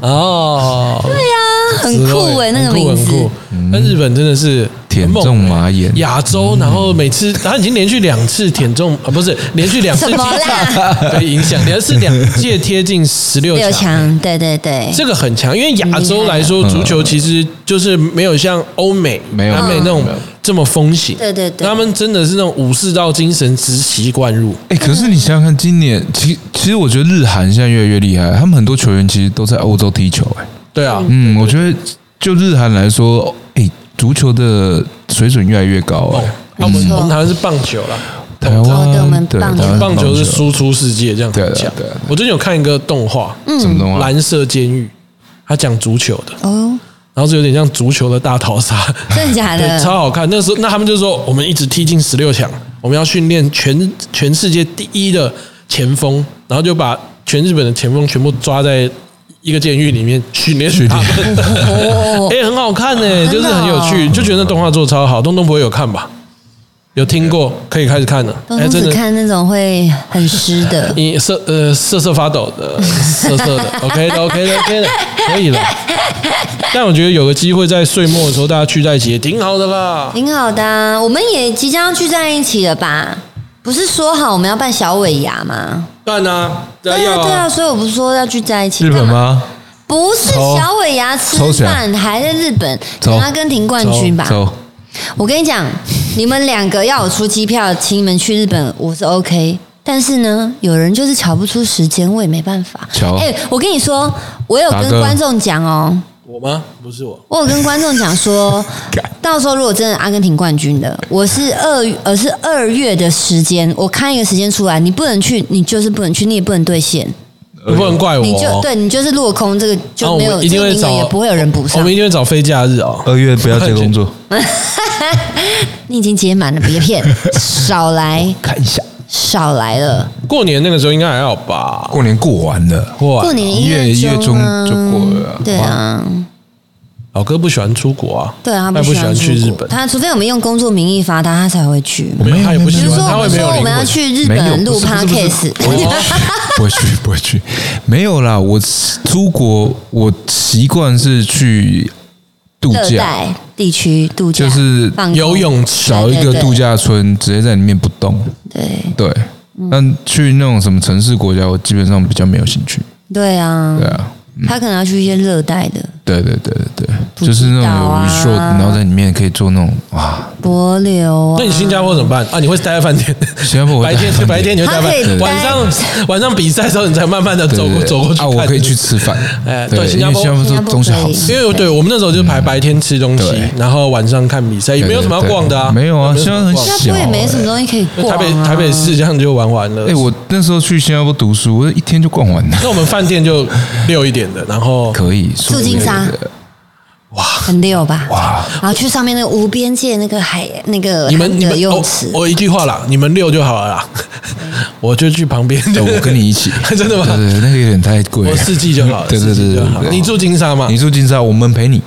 [SPEAKER 1] 哦，对呀、
[SPEAKER 2] 啊很酷哎、那个名
[SPEAKER 1] 哦欸很
[SPEAKER 2] 字
[SPEAKER 1] 酷。但日本真的是
[SPEAKER 3] 嗯
[SPEAKER 1] 欸
[SPEAKER 3] 舔中马眼
[SPEAKER 1] 亚
[SPEAKER 2] 嗯
[SPEAKER 1] 洲，然后每次他已经连续两次舔中啊，不是连续两次
[SPEAKER 2] 什么啦
[SPEAKER 1] 被影响，连是两届贴近十六
[SPEAKER 2] 六
[SPEAKER 1] 强。
[SPEAKER 2] 强，对对对，
[SPEAKER 1] 这个很强，因为亚洲来说，足球其实就是没有像欧美、
[SPEAKER 3] 嗯没有
[SPEAKER 1] 南美
[SPEAKER 3] 嗯
[SPEAKER 1] 那种
[SPEAKER 3] 没有
[SPEAKER 1] 这么风行。
[SPEAKER 2] 对对对
[SPEAKER 1] 他们真的是那种武士道精神直习灌入。
[SPEAKER 3] 哎、可是你想想看，今年其其实我觉得日韩现在越来越厉害，他们很多球员其实都在欧洲踢球、哎，
[SPEAKER 1] 对啊，
[SPEAKER 3] 嗯，我觉得就日韩来说，哎、足球的水准越来越高、
[SPEAKER 1] 哦
[SPEAKER 3] 哎、，
[SPEAKER 1] 那我们
[SPEAKER 2] 没错
[SPEAKER 1] 我们台湾是棒球啦，
[SPEAKER 3] 台
[SPEAKER 2] 哦对我
[SPEAKER 3] 湾
[SPEAKER 2] 们
[SPEAKER 3] 对
[SPEAKER 2] 棒
[SPEAKER 3] 台
[SPEAKER 2] 球
[SPEAKER 3] 湾
[SPEAKER 1] 棒球是输出世界这样
[SPEAKER 3] 对啊
[SPEAKER 1] 很
[SPEAKER 3] 嗯对啊
[SPEAKER 1] 强
[SPEAKER 3] 对啊对啊。
[SPEAKER 1] 我最近有看一个动画，
[SPEAKER 2] 嗯
[SPEAKER 3] 什么东西、啊？
[SPEAKER 1] 蓝色监狱》，他讲足球的，
[SPEAKER 2] 哦，
[SPEAKER 1] 然后就有点像足球的大逃杀，
[SPEAKER 2] 真的假
[SPEAKER 1] 对，
[SPEAKER 2] 的？哦
[SPEAKER 1] 超好看。那时候，那他们就说，我们一直踢进十六强，我们要训练全全世界第一的前锋，然后就把全日本的前锋全部抓在一个监狱里面训练他们。 *laughs*
[SPEAKER 2] 哦
[SPEAKER 1] 哎、很好看呢、
[SPEAKER 2] 的哦
[SPEAKER 1] 就是很有趣，就觉得那动画做的超好。东东不会有看吧？有听过，可以开始看了。哎、
[SPEAKER 2] 东东
[SPEAKER 1] 真
[SPEAKER 2] 只
[SPEAKER 1] 的。，
[SPEAKER 2] 看那种会很湿的
[SPEAKER 3] *laughs*
[SPEAKER 1] 你瑟呃瑟瑟发抖的，瑟瑟的
[SPEAKER 2] *laughs*
[SPEAKER 1] ，OK 的，OK 的，OK 的，可以了。但我觉得有个机会在岁末的时候大家聚在一起也挺好的啦。
[SPEAKER 2] 挺好的、啊。我们也即将要聚在一起了吧？不是说好我们要办小尾牙吗？
[SPEAKER 1] 办啊，大
[SPEAKER 2] 对
[SPEAKER 1] 家
[SPEAKER 2] 啊，
[SPEAKER 1] 要
[SPEAKER 2] 对啊，所以我不是说要聚在一起。
[SPEAKER 3] 日本
[SPEAKER 2] 干嘛？
[SPEAKER 3] 吗？
[SPEAKER 2] 不是
[SPEAKER 3] 抽
[SPEAKER 2] 小尾牙吃
[SPEAKER 3] 抽起来
[SPEAKER 2] 饭，还在日本，
[SPEAKER 3] 抽
[SPEAKER 2] 等阿根廷冠军吧。
[SPEAKER 3] 走，
[SPEAKER 2] 我跟你讲，你们两个要我出机票，请你们去日本，我是 OK。但是呢，有人就是瞧不出时间，我也没办法。
[SPEAKER 3] 瞧
[SPEAKER 2] 哎、我跟你说，我有
[SPEAKER 3] 达
[SPEAKER 2] 跟
[SPEAKER 3] 哥
[SPEAKER 2] 观众讲哦，
[SPEAKER 1] 我吗？不是我，
[SPEAKER 2] 我有跟观众
[SPEAKER 1] *laughs*
[SPEAKER 2] 讲说，到时候如果真的阿根廷冠军了，我是二呃是二月的时间，我看一个时间出来，你不能去，你就是不能去，你也不能兑现，
[SPEAKER 1] 你不能怪我哦。
[SPEAKER 2] 你就对你就是落空，这个
[SPEAKER 1] 啊
[SPEAKER 2] 就
[SPEAKER 1] 我
[SPEAKER 2] 没
[SPEAKER 1] 们
[SPEAKER 2] 有、
[SPEAKER 1] 一
[SPEAKER 2] 这
[SPEAKER 1] 定
[SPEAKER 2] 个
[SPEAKER 1] 会
[SPEAKER 2] 名额
[SPEAKER 1] 找，啊
[SPEAKER 2] 也不啊会有人补
[SPEAKER 1] 我
[SPEAKER 2] 上
[SPEAKER 1] 们一。定会找非假日哦。
[SPEAKER 4] 二月不要接工作，
[SPEAKER 2] 你已经接满了，
[SPEAKER 1] *laughs*
[SPEAKER 2] 别骗，少来
[SPEAKER 3] 看一下，
[SPEAKER 2] 少来了。
[SPEAKER 1] 过年那个时候应该还好吧？
[SPEAKER 3] 过年过完了，
[SPEAKER 1] 哇
[SPEAKER 2] 过年
[SPEAKER 3] 一月
[SPEAKER 2] 一
[SPEAKER 3] 一月中
[SPEAKER 2] 啊
[SPEAKER 3] 就过了啊
[SPEAKER 2] 对啊，
[SPEAKER 1] 老哥不喜欢出国啊，
[SPEAKER 2] 对啊，
[SPEAKER 1] 他
[SPEAKER 2] 他
[SPEAKER 1] 不喜
[SPEAKER 2] 不喜
[SPEAKER 1] 欢
[SPEAKER 2] 欢
[SPEAKER 1] 去
[SPEAKER 2] 出
[SPEAKER 1] 日
[SPEAKER 2] 国
[SPEAKER 1] 本，
[SPEAKER 2] 他除非我们用工作名义发他，他才会去。
[SPEAKER 1] 没有他也不喜
[SPEAKER 2] 比如
[SPEAKER 1] 欢，
[SPEAKER 2] 说，
[SPEAKER 1] 他
[SPEAKER 2] 我
[SPEAKER 1] 会
[SPEAKER 2] 们
[SPEAKER 1] 没有
[SPEAKER 2] 说我
[SPEAKER 1] 灵
[SPEAKER 2] 们要
[SPEAKER 1] 魂。
[SPEAKER 2] 去日
[SPEAKER 3] 没有
[SPEAKER 2] 本
[SPEAKER 3] 不
[SPEAKER 2] 录
[SPEAKER 3] 是不是
[SPEAKER 2] podcast，
[SPEAKER 3] 不是不会去，不会去，没有啦。我出国，我习惯是去度
[SPEAKER 2] 热
[SPEAKER 3] 假，
[SPEAKER 2] 带地区度假，
[SPEAKER 3] 就是
[SPEAKER 2] 放空
[SPEAKER 1] 游泳池
[SPEAKER 3] 找一个度假村，直接在里面不动。
[SPEAKER 2] 对
[SPEAKER 3] 对，
[SPEAKER 2] 嗯
[SPEAKER 3] 但去那种什么城市国家，我基本上比较没有兴趣。
[SPEAKER 2] 对啊
[SPEAKER 3] 对，啊，
[SPEAKER 2] 他可能要去一些热带的，
[SPEAKER 3] 对对对对对，
[SPEAKER 2] 不
[SPEAKER 3] 就是那
[SPEAKER 2] 知道
[SPEAKER 3] 种有
[SPEAKER 2] 啊
[SPEAKER 3] resort，然后在里面可以做那种哇，
[SPEAKER 2] 柏流啊
[SPEAKER 1] 那，你新加坡怎么办啊？你会待在饭店？
[SPEAKER 3] 新加坡我会
[SPEAKER 1] 白天
[SPEAKER 3] 待在饭店
[SPEAKER 1] 白天你会待在饭
[SPEAKER 2] 他可
[SPEAKER 1] 店，
[SPEAKER 2] 以待
[SPEAKER 1] 晚上晚上比赛的时候你才慢慢的
[SPEAKER 3] 对
[SPEAKER 1] 走
[SPEAKER 3] 对
[SPEAKER 1] 过
[SPEAKER 3] 对
[SPEAKER 1] 走过去
[SPEAKER 3] 啊，
[SPEAKER 1] 看。
[SPEAKER 3] 我可以去吃饭
[SPEAKER 1] *laughs* 哎，对
[SPEAKER 3] 对，
[SPEAKER 1] 新
[SPEAKER 3] 因
[SPEAKER 1] 加
[SPEAKER 3] 为
[SPEAKER 1] 坡
[SPEAKER 3] 新加坡
[SPEAKER 2] 新加
[SPEAKER 3] 做
[SPEAKER 2] 坡
[SPEAKER 3] 东西好
[SPEAKER 2] 可以
[SPEAKER 3] 吃
[SPEAKER 1] 因。为我对我们那时候就是排白天吃东西
[SPEAKER 3] 嗯对，
[SPEAKER 1] 然后晚上看比赛，也没有什么要逛的啊。
[SPEAKER 3] 对对对没有啊
[SPEAKER 1] 也什么要
[SPEAKER 3] 新加坡
[SPEAKER 1] 逛
[SPEAKER 3] 很
[SPEAKER 2] 新加坡也没什么东西可以
[SPEAKER 1] 因为
[SPEAKER 2] 逛、
[SPEAKER 1] 台
[SPEAKER 2] 啊。
[SPEAKER 1] 北台北市这样就玩完了。
[SPEAKER 3] 哎，我那时候去新加坡读书，我一天就逛完了。
[SPEAKER 1] 那我们饭店就六一点的，然后
[SPEAKER 3] 可以，
[SPEAKER 2] 驻金沙很溜吧？哇！然后去上面那个无边界那个海那个
[SPEAKER 1] 你们哦
[SPEAKER 2] 那
[SPEAKER 1] 你
[SPEAKER 2] 个
[SPEAKER 1] 们
[SPEAKER 2] 游
[SPEAKER 1] 我
[SPEAKER 2] 泳池，
[SPEAKER 1] 我一句话啦，你们六就好了啦，
[SPEAKER 2] 嗯
[SPEAKER 1] *laughs* 我就去旁边。，
[SPEAKER 3] 对，我跟你一起
[SPEAKER 1] *laughs* 真的吗
[SPEAKER 3] 对对，对那个有点太贵
[SPEAKER 1] *laughs*
[SPEAKER 3] 了，
[SPEAKER 1] 我四季就好了，
[SPEAKER 3] 对
[SPEAKER 1] 四
[SPEAKER 3] 对对
[SPEAKER 1] 季就
[SPEAKER 3] 对
[SPEAKER 1] 好
[SPEAKER 3] 对，
[SPEAKER 1] 你住金沙嘛
[SPEAKER 3] 你？住金沙，我们陪你。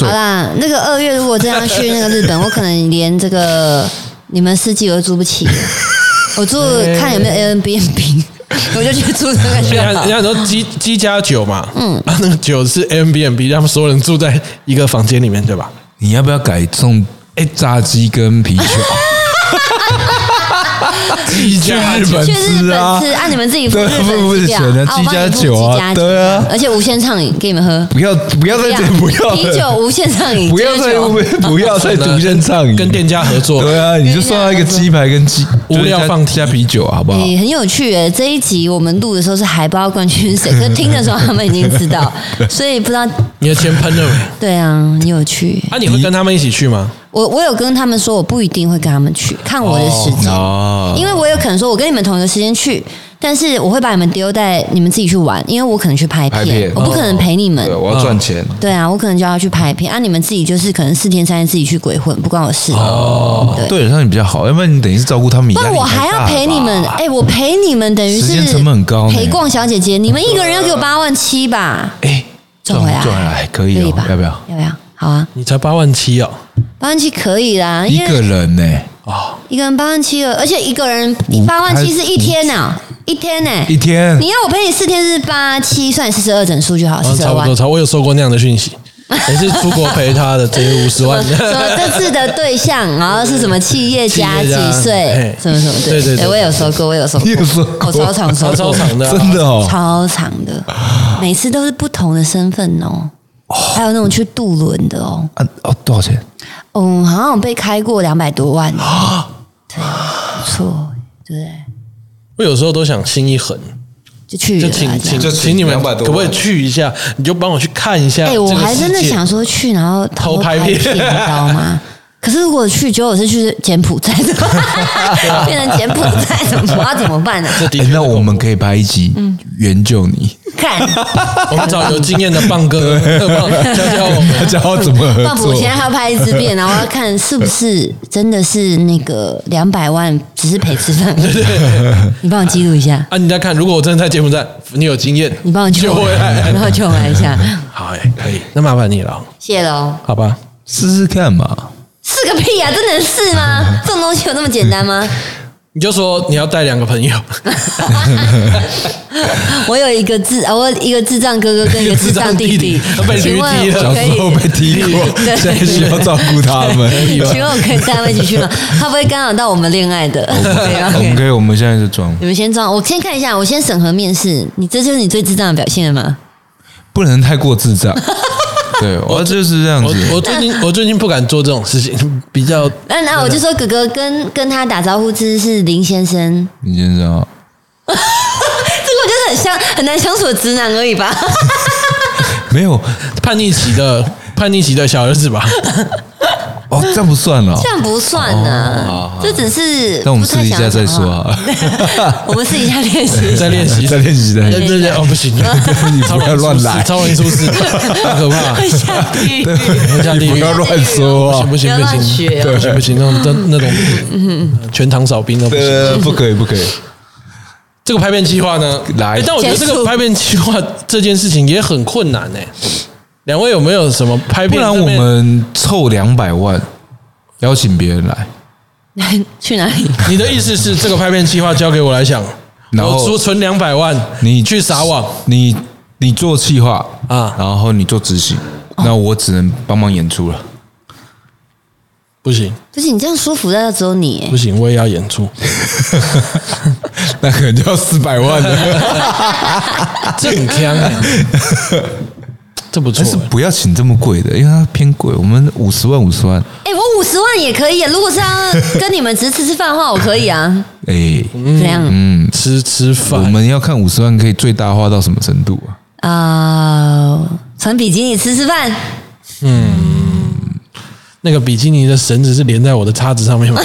[SPEAKER 2] 好啦，那个二月如果真要去那个日本，我可能连这个你们四季我都租不起，我住看有没有 a n b n b *laughs* 我就去住那个
[SPEAKER 1] 人
[SPEAKER 2] 就
[SPEAKER 1] 家 *laughs*
[SPEAKER 2] 好
[SPEAKER 1] 人。家说鸡鸡加酒嘛，嗯，啊，那个酒是 M B M B，他们所有人住在一个房间里面，对吧？
[SPEAKER 3] 你要不要改送？哎，炸鸡跟啤酒，
[SPEAKER 1] 鸡
[SPEAKER 3] 去
[SPEAKER 1] 加
[SPEAKER 3] 日
[SPEAKER 1] 酒
[SPEAKER 3] 本
[SPEAKER 2] 去日
[SPEAKER 3] 吃啊
[SPEAKER 2] 本吃，啊！你们自己付
[SPEAKER 3] 对
[SPEAKER 2] 日
[SPEAKER 3] 付
[SPEAKER 2] 本机票
[SPEAKER 3] 付钱啊
[SPEAKER 2] 我帮你付
[SPEAKER 3] 七加九啊
[SPEAKER 2] 七加九
[SPEAKER 3] 对啊
[SPEAKER 2] 而且无限畅饮给你们喝，
[SPEAKER 3] 不要不要再这不要
[SPEAKER 2] 啤酒无限畅饮，
[SPEAKER 3] *laughs* 不要
[SPEAKER 2] 七加
[SPEAKER 3] 再
[SPEAKER 2] 九
[SPEAKER 3] 不
[SPEAKER 1] *laughs*
[SPEAKER 3] 要再啊独占上瘾，
[SPEAKER 1] 跟店家合作，
[SPEAKER 3] 对啊，你就送他一个鸡排跟鸡
[SPEAKER 1] 无聊放题
[SPEAKER 3] 加加啤酒啊好不好？
[SPEAKER 2] 诶、很有趣诶、这一集我们录的时候是还不知道冠军是谁，可是听的时候他们已经知 *laughs* 道，所以不知道。
[SPEAKER 1] 你的钱喷了没？
[SPEAKER 2] 对啊，很有趣。
[SPEAKER 1] 啊，你会跟他们一起去吗？
[SPEAKER 2] 我我有跟他们说，我不一定会跟他们去，看我的
[SPEAKER 1] 嗯
[SPEAKER 2] 时间，
[SPEAKER 3] 哦
[SPEAKER 2] 因为我有可能说我跟你们同一个时间去，但是我会把你们丢在你们自己去玩，因为我可能去拍片，哦
[SPEAKER 3] 拍片
[SPEAKER 2] 我不可能陪你们。
[SPEAKER 4] 对，我要
[SPEAKER 3] 嗯
[SPEAKER 4] 赚钱。
[SPEAKER 2] 对啊，我可能就要去拍片啊！你们自己就是可能四天三夜自己去鬼混，不关我事。哦，对，
[SPEAKER 3] 对，让你比较好，要不然你等于是照顾他们，
[SPEAKER 2] 不然我还要陪你们，哎、我陪你们等于
[SPEAKER 3] 时间
[SPEAKER 2] 是
[SPEAKER 3] 成本很高呢
[SPEAKER 2] 陪逛小姐姐，你们一个人要给我八万七吧？
[SPEAKER 3] 哎，
[SPEAKER 2] 赚回来
[SPEAKER 3] 赚回来可
[SPEAKER 2] 可
[SPEAKER 3] 以哦
[SPEAKER 2] 吧？，
[SPEAKER 3] 要不要？？
[SPEAKER 2] 要不要？好啊，
[SPEAKER 1] 你才八万七哦，
[SPEAKER 2] 八万七可以啦，
[SPEAKER 3] 一
[SPEAKER 2] 因
[SPEAKER 3] 个
[SPEAKER 2] 为
[SPEAKER 3] 人呢，
[SPEAKER 1] 啊
[SPEAKER 2] 一个人八万七了，而且一个人
[SPEAKER 3] 五
[SPEAKER 2] 八万七是一天呢、一天呢、
[SPEAKER 3] 一天
[SPEAKER 2] 你要我陪你四天是八七，算四十二整数就
[SPEAKER 3] 哦
[SPEAKER 2] 好，
[SPEAKER 1] 啊
[SPEAKER 2] 四十
[SPEAKER 1] 差
[SPEAKER 2] 二
[SPEAKER 1] 不
[SPEAKER 2] 万
[SPEAKER 1] 多，。差不多，我有收过那样的讯
[SPEAKER 2] *laughs*
[SPEAKER 1] 息，我是出国陪他的，只有五十万。
[SPEAKER 2] 什么这次的对象，
[SPEAKER 3] *laughs*
[SPEAKER 2] 然后是什么企业家
[SPEAKER 1] 企业
[SPEAKER 2] 几
[SPEAKER 1] 家
[SPEAKER 2] 岁
[SPEAKER 1] 哎，
[SPEAKER 2] 什么什么
[SPEAKER 1] 对对对
[SPEAKER 2] 我也有收过，我也有收过，
[SPEAKER 3] 你有收过
[SPEAKER 2] 我超常收
[SPEAKER 1] *laughs* 超
[SPEAKER 2] 过，
[SPEAKER 1] 超长的啊，
[SPEAKER 3] 真的哦，
[SPEAKER 2] 超长的，每次都是不同的身份哦，还有那种去渡轮的哦，
[SPEAKER 3] 啊哦，多少钱？
[SPEAKER 2] 嗯，好像有被开过两百多万，哦对，不错，对不对？
[SPEAKER 1] 我有时候都想心一横，
[SPEAKER 2] 就去
[SPEAKER 1] 就
[SPEAKER 2] 了啦
[SPEAKER 1] 请
[SPEAKER 2] 这样
[SPEAKER 1] 请。
[SPEAKER 4] 就
[SPEAKER 1] 请你们
[SPEAKER 4] 200多万
[SPEAKER 1] 可不可以去一下？你就帮我去看一下。
[SPEAKER 2] 哎、我还真的想，说去，然后
[SPEAKER 1] 偷
[SPEAKER 2] 偷
[SPEAKER 1] 拍
[SPEAKER 2] 拍
[SPEAKER 1] 片
[SPEAKER 2] 片，你知道吗？可是如果去，结果我是去柬埔寨的，变成柬埔寨怎么我要怎么办呢、
[SPEAKER 1] 的确
[SPEAKER 3] 哎
[SPEAKER 1] 很
[SPEAKER 3] 那我们
[SPEAKER 1] 恐怖
[SPEAKER 3] 可以拍一集
[SPEAKER 2] 嗯
[SPEAKER 3] 援救你，
[SPEAKER 2] *laughs* 看，
[SPEAKER 1] 我们找有经验的棒哥 *laughs* 棒教教我们。
[SPEAKER 3] 他 *laughs* 教我怎么合
[SPEAKER 2] 放
[SPEAKER 3] 作
[SPEAKER 2] 我。现在还要拍一支片，然后要看是不是真的是那个两百万，只是陪吃饭。你帮我记录一下，
[SPEAKER 1] 啊，你再看，如果我真的在柬埔寨，你有经验，
[SPEAKER 2] 你帮我救
[SPEAKER 1] 救回来
[SPEAKER 2] 然。后救回来一下，
[SPEAKER 1] 好哎、可以，那麻烦你了哦，
[SPEAKER 2] *laughs* 谢喽。
[SPEAKER 1] 好吧？
[SPEAKER 3] 试试看嘛，
[SPEAKER 2] 是个屁啊！这能是 *laughs* 吗？这种东西有那么简单吗？
[SPEAKER 1] 你就说你要带两个朋友，，
[SPEAKER 2] 我有一个智，啊我有一个智障哥哥跟一个智障弟弟
[SPEAKER 1] 被驴
[SPEAKER 2] 请问
[SPEAKER 1] 踢了
[SPEAKER 2] 我
[SPEAKER 3] 小
[SPEAKER 2] 可
[SPEAKER 3] 时候
[SPEAKER 2] 以？
[SPEAKER 3] 被踢过，
[SPEAKER 2] *laughs* 对
[SPEAKER 3] 现在需要照顾他们。
[SPEAKER 2] 请问我 *laughs* 可以带他们一起去 *laughs* 吗？他不会干扰 *laughs* 到我啊们恋爱的。对
[SPEAKER 3] 我们
[SPEAKER 2] ，OK。
[SPEAKER 3] 可以，我们现在就装，
[SPEAKER 2] 你们先装，我先看一下，我先审核面试。你这就是你最智障的表现了吗？
[SPEAKER 3] 不能太过智障。对，我就是这样
[SPEAKER 1] 我我
[SPEAKER 3] 子。
[SPEAKER 1] 最近我最近不敢做这种事情，比较
[SPEAKER 2] 那那我就说哥哥跟跟他打招呼之是林先生，
[SPEAKER 3] 你先生啊，
[SPEAKER 2] 这个我就是很相很难相处的直男而已吧。
[SPEAKER 3] 没有
[SPEAKER 1] 叛逆期
[SPEAKER 3] *laughs*
[SPEAKER 1] 的叛逆期的小儿子吧？
[SPEAKER 3] 哦，这样不算了。
[SPEAKER 2] 这样不算呢，这只是
[SPEAKER 3] 哦那我们
[SPEAKER 2] 不
[SPEAKER 3] 试
[SPEAKER 2] 太
[SPEAKER 3] 一
[SPEAKER 2] 想
[SPEAKER 3] 下再
[SPEAKER 2] 讲
[SPEAKER 3] 说
[SPEAKER 2] 话。
[SPEAKER 3] 啊。
[SPEAKER 2] 我们试一
[SPEAKER 3] *laughs*
[SPEAKER 2] 下练习。
[SPEAKER 1] 在练习，
[SPEAKER 3] 在练习在
[SPEAKER 1] 对
[SPEAKER 3] 练习，
[SPEAKER 1] 对对，哦不行，
[SPEAKER 3] *laughs* 你不要乱来
[SPEAKER 1] 超容易出事，很可怕，
[SPEAKER 2] 会下地狱，
[SPEAKER 1] 会下地
[SPEAKER 3] *laughs* 你不
[SPEAKER 1] 狱。
[SPEAKER 3] 要乱说啊
[SPEAKER 1] 不！行
[SPEAKER 2] 不
[SPEAKER 1] 不
[SPEAKER 2] 要
[SPEAKER 1] 行
[SPEAKER 2] 乱学哦
[SPEAKER 1] 不行，不行不行，那种那那种
[SPEAKER 3] *laughs*
[SPEAKER 1] 呃全场扫兵都不行。
[SPEAKER 3] 呃，不可以不可以，
[SPEAKER 1] 这个拍片计划呢，哎
[SPEAKER 3] 来
[SPEAKER 1] 诶但我觉得这
[SPEAKER 2] 结束
[SPEAKER 1] 个拍片计划这件事情也很困难哎。两位有没有什么拍
[SPEAKER 3] 不
[SPEAKER 1] 片
[SPEAKER 3] 然
[SPEAKER 1] 上面？
[SPEAKER 3] 我们凑两百万，邀请别人来，
[SPEAKER 2] 去哪里？
[SPEAKER 1] 你的意思是这个拍片计划交给我来想，
[SPEAKER 3] 然
[SPEAKER 1] 我
[SPEAKER 3] 后
[SPEAKER 1] 出存两百万，
[SPEAKER 3] 你
[SPEAKER 1] 去撒网，
[SPEAKER 3] 你你做企划
[SPEAKER 1] 啊
[SPEAKER 3] 啊，然后你做执行，那我只能帮忙演出了。
[SPEAKER 1] 不行
[SPEAKER 2] 不是你这样说服到只有你
[SPEAKER 1] 不
[SPEAKER 2] 耶，
[SPEAKER 1] 行，我也要演
[SPEAKER 3] *laughs*
[SPEAKER 1] 出。
[SPEAKER 3] *laughs* 那可能就要四百万了。
[SPEAKER 1] 这很坑、欸。啊这不错
[SPEAKER 3] *laughs* 但是
[SPEAKER 1] 欸、
[SPEAKER 3] 不要请这么贵的，因为它偏贵。我们五十万，五十万，
[SPEAKER 2] 哎、我五十万也可以啊，如果是要跟你们只是吃吃饭的话，我可以啊。
[SPEAKER 3] 哎，嗯
[SPEAKER 2] 怎样
[SPEAKER 1] 吃吃
[SPEAKER 3] 我
[SPEAKER 1] 饭，
[SPEAKER 3] 们要看五十万可以最大化到什么程度啊？
[SPEAKER 2] 啊？穿比基尼吃吃饭， *laughs*
[SPEAKER 1] 那个比基尼的绳子是连在我的叉子上
[SPEAKER 3] *laughs*
[SPEAKER 1] 面吗？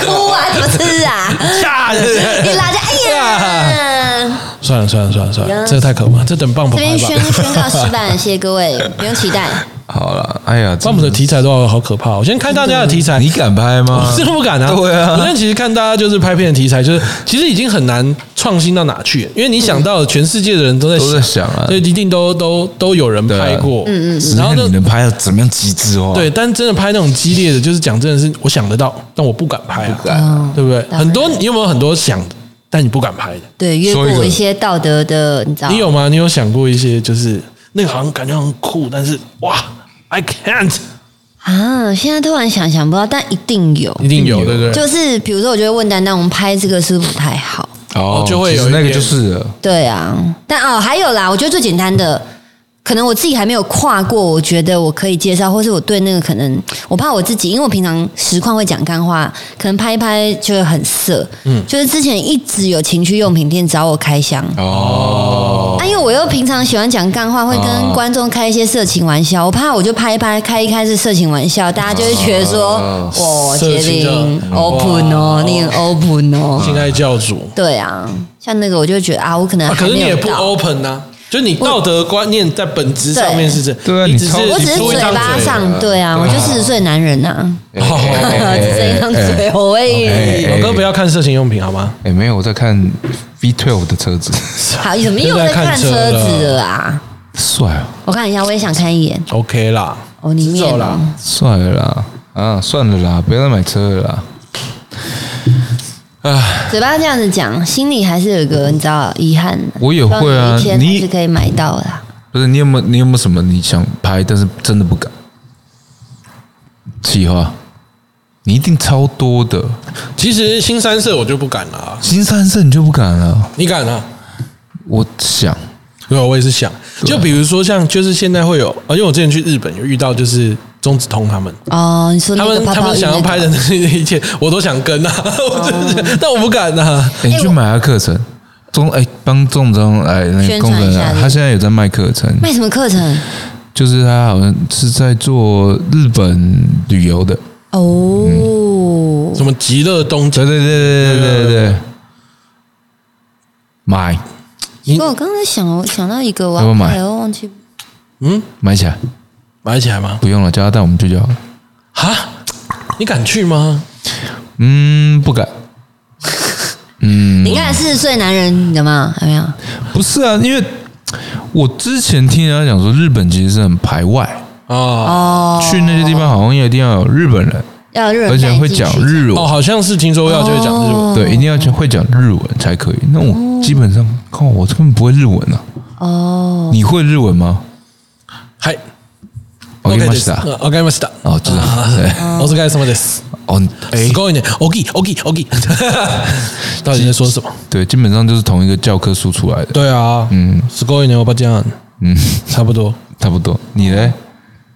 [SPEAKER 2] 哭啊，怎么吃啊？
[SPEAKER 1] 吓人！
[SPEAKER 2] 一拉就哎呀！
[SPEAKER 1] 算了算了算了算了，这个太可怕，这等棒
[SPEAKER 2] 这
[SPEAKER 1] 棒
[SPEAKER 2] 边
[SPEAKER 1] 来
[SPEAKER 2] 宣
[SPEAKER 1] 吧。
[SPEAKER 2] 宣告失败，谢谢各位，不用期待。
[SPEAKER 3] 好了，哎呀，
[SPEAKER 1] 棒棒的题材都好好可怕哦！我先看大家的题材，
[SPEAKER 3] 你敢拍吗
[SPEAKER 1] *laughs*
[SPEAKER 3] *laughs*
[SPEAKER 1] 我？真的不敢啊！
[SPEAKER 3] 对啊
[SPEAKER 1] 我现在其实看大家就是拍片的题材，就是其实已经很难创新到哪去，因为你想到的全世界的人都在
[SPEAKER 3] 都在想啊
[SPEAKER 1] 所以一定都都都有人
[SPEAKER 3] 对啊
[SPEAKER 1] 拍过，嗯
[SPEAKER 3] 只是
[SPEAKER 1] 然后
[SPEAKER 3] 看
[SPEAKER 1] 呢？
[SPEAKER 3] 你能拍到怎么样极致哦？
[SPEAKER 1] 对，，但真的拍那种激烈的，就是讲真的是我想得到，但我不敢拍啊，
[SPEAKER 3] 敢啊
[SPEAKER 1] 对不对？
[SPEAKER 2] 然
[SPEAKER 1] 很多你有没有很多想的，但你不敢拍的？
[SPEAKER 2] 对，越
[SPEAKER 3] 说一
[SPEAKER 2] 过
[SPEAKER 3] 个
[SPEAKER 2] 一些道德的，你知道？
[SPEAKER 1] 你有吗？你有想过一些就是那个好像感觉很酷，但是哇，I can't，
[SPEAKER 2] 啊？现在突然想想不到，但一定有。
[SPEAKER 1] 一定有，
[SPEAKER 3] 一定有
[SPEAKER 1] 对不对？
[SPEAKER 2] 就是比如说，我就会问丹丹，我们拍这个是不是不太好？
[SPEAKER 3] 哦
[SPEAKER 1] 哦，就会有
[SPEAKER 3] 其实那
[SPEAKER 1] 一
[SPEAKER 3] 个
[SPEAKER 1] 点 *laughs* 哦
[SPEAKER 3] 就是了
[SPEAKER 2] 对啊，但哦，还有啦，我觉得最简单的，可能我自己还没有跨过，我觉得我可以介绍，或是我对那个可能，我怕我自己，因为我平常实况会讲干话，可能拍一拍就会很色。嗯，就是之前一直有情趣用品店找我开箱。
[SPEAKER 3] 哦，
[SPEAKER 2] 啊，因为我又平常喜欢讲干话，会跟
[SPEAKER 3] 哦
[SPEAKER 2] 观众开一些色情玩笑，我怕我就拍一拍，开一开是色情玩笑，大家就会觉得说，
[SPEAKER 3] 哦
[SPEAKER 2] 哇，
[SPEAKER 1] 色
[SPEAKER 2] 杰
[SPEAKER 1] 情的
[SPEAKER 2] 林
[SPEAKER 1] 哇
[SPEAKER 2] open 哦，你很 open 哦，
[SPEAKER 1] 性爱教主，
[SPEAKER 2] 对啊，像那个我就觉得啊，我可能
[SPEAKER 1] 啊，
[SPEAKER 2] 还
[SPEAKER 1] 可是你
[SPEAKER 2] 没
[SPEAKER 1] 也
[SPEAKER 2] 有
[SPEAKER 1] 不
[SPEAKER 2] 到。
[SPEAKER 1] open 呐、就你道德观念在本质上面是这，
[SPEAKER 3] 对啊
[SPEAKER 1] 你
[SPEAKER 3] 你
[SPEAKER 1] 只是
[SPEAKER 3] 超
[SPEAKER 1] 你
[SPEAKER 2] 我只是
[SPEAKER 1] 出一
[SPEAKER 2] 嘴
[SPEAKER 1] 张
[SPEAKER 2] 巴上，对啊，我就四十岁男人呐、
[SPEAKER 3] 哎哎哎
[SPEAKER 1] *laughs*
[SPEAKER 2] 啊，*laughs*
[SPEAKER 3] 哎
[SPEAKER 2] 只剩一张
[SPEAKER 3] 哎
[SPEAKER 2] 嘴，我
[SPEAKER 1] 哦
[SPEAKER 3] 哎
[SPEAKER 2] 会
[SPEAKER 3] 哎
[SPEAKER 1] 老哥不要看色情用品好吗？
[SPEAKER 3] 哎，没有，我在看 V12 的
[SPEAKER 1] *laughs*
[SPEAKER 3] 车子，
[SPEAKER 2] 好，怎么又在看车子了啊？
[SPEAKER 3] 帅啊，
[SPEAKER 2] 我看一下，我也想看一眼
[SPEAKER 1] OK 啦，
[SPEAKER 2] 哦，里面
[SPEAKER 1] 知道
[SPEAKER 2] 哦
[SPEAKER 1] 啦，
[SPEAKER 3] 帅了啦，啊，算了啦，不要再买车了啦。
[SPEAKER 2] 嘴巴这样子讲，心里还是有一个你知道遗憾。
[SPEAKER 3] 我也会啊
[SPEAKER 2] 希望有一天还
[SPEAKER 3] 你
[SPEAKER 2] 是可以买到的啊。
[SPEAKER 3] 不是你有没有你有没有什么你想拍，但是真的不敢？企划，你一定超多的。
[SPEAKER 1] 其实新三色我就不敢了、啊，
[SPEAKER 3] 新三色你就不敢了？
[SPEAKER 1] 你敢啊？
[SPEAKER 3] 我想，
[SPEAKER 2] 哎
[SPEAKER 1] 对，我也是想，
[SPEAKER 3] 啊
[SPEAKER 1] 就比如说像就是现在会有，啊，因为我之前去日本有遇到就是钟子通他们，
[SPEAKER 2] 哦，你说那
[SPEAKER 1] 他
[SPEAKER 2] 个
[SPEAKER 1] 们
[SPEAKER 2] 泡
[SPEAKER 1] 他
[SPEAKER 2] 泡
[SPEAKER 1] 们
[SPEAKER 2] 浴那
[SPEAKER 1] 想要
[SPEAKER 2] 个哦
[SPEAKER 1] 拍的那一切，我都想跟啊，我真的 *laughs* 但我不敢啊。
[SPEAKER 3] 哎你去买他课程，钟哎帮钟钟哎那
[SPEAKER 2] 宣
[SPEAKER 3] 个
[SPEAKER 2] 传
[SPEAKER 3] 工
[SPEAKER 2] 一
[SPEAKER 3] 人
[SPEAKER 2] 下
[SPEAKER 3] 啊
[SPEAKER 2] 是不，是
[SPEAKER 3] 他现在有在卖课程，
[SPEAKER 2] 卖什么课程？
[SPEAKER 3] 就是他好像是在做日本旅游的。
[SPEAKER 2] 哦，
[SPEAKER 1] 什么极乐东京
[SPEAKER 3] 对？对对对对对对，买
[SPEAKER 2] 不过我刚才想，我想到一个，我
[SPEAKER 3] 要
[SPEAKER 2] 要
[SPEAKER 3] 不要买
[SPEAKER 2] 拍，我忘记
[SPEAKER 1] 嗯，
[SPEAKER 3] 买起来，
[SPEAKER 1] 买起来吗？
[SPEAKER 3] 不用了，叫他带我们去就好了。
[SPEAKER 1] 哈，你敢去吗？
[SPEAKER 3] 嗯，不敢。嗯
[SPEAKER 2] 你看四十岁男人有没有？有没有？
[SPEAKER 3] 不是啊，因为我之前听人家讲说，日本其实是很排外，
[SPEAKER 1] 啊
[SPEAKER 2] 哦，
[SPEAKER 3] 去那些地方好像一定要有日本人，
[SPEAKER 2] 要日本，
[SPEAKER 3] 而且会讲。日
[SPEAKER 1] 哦，
[SPEAKER 3] 文，
[SPEAKER 1] 好像是听说要就会讲日文。
[SPEAKER 3] 对，一定要会讲日文才可以。那我基本上，靠，我根本不会日文啊。
[SPEAKER 2] 哦，
[SPEAKER 3] 你会日文吗？
[SPEAKER 1] 嗨
[SPEAKER 3] 我跟你
[SPEAKER 1] です。
[SPEAKER 3] 讲，
[SPEAKER 1] わかりました。
[SPEAKER 3] 哦，知道，对，
[SPEAKER 1] 我是干什么です？
[SPEAKER 3] 哦，
[SPEAKER 1] 哎
[SPEAKER 3] 哎，
[SPEAKER 1] ，Going OK OK OK，到底在说什么？
[SPEAKER 3] 对，基本上就是同一个教科书出来的，
[SPEAKER 1] 对啊，嗯，Going 我把这样，嗯，差不多。
[SPEAKER 3] 差不多。你嘞？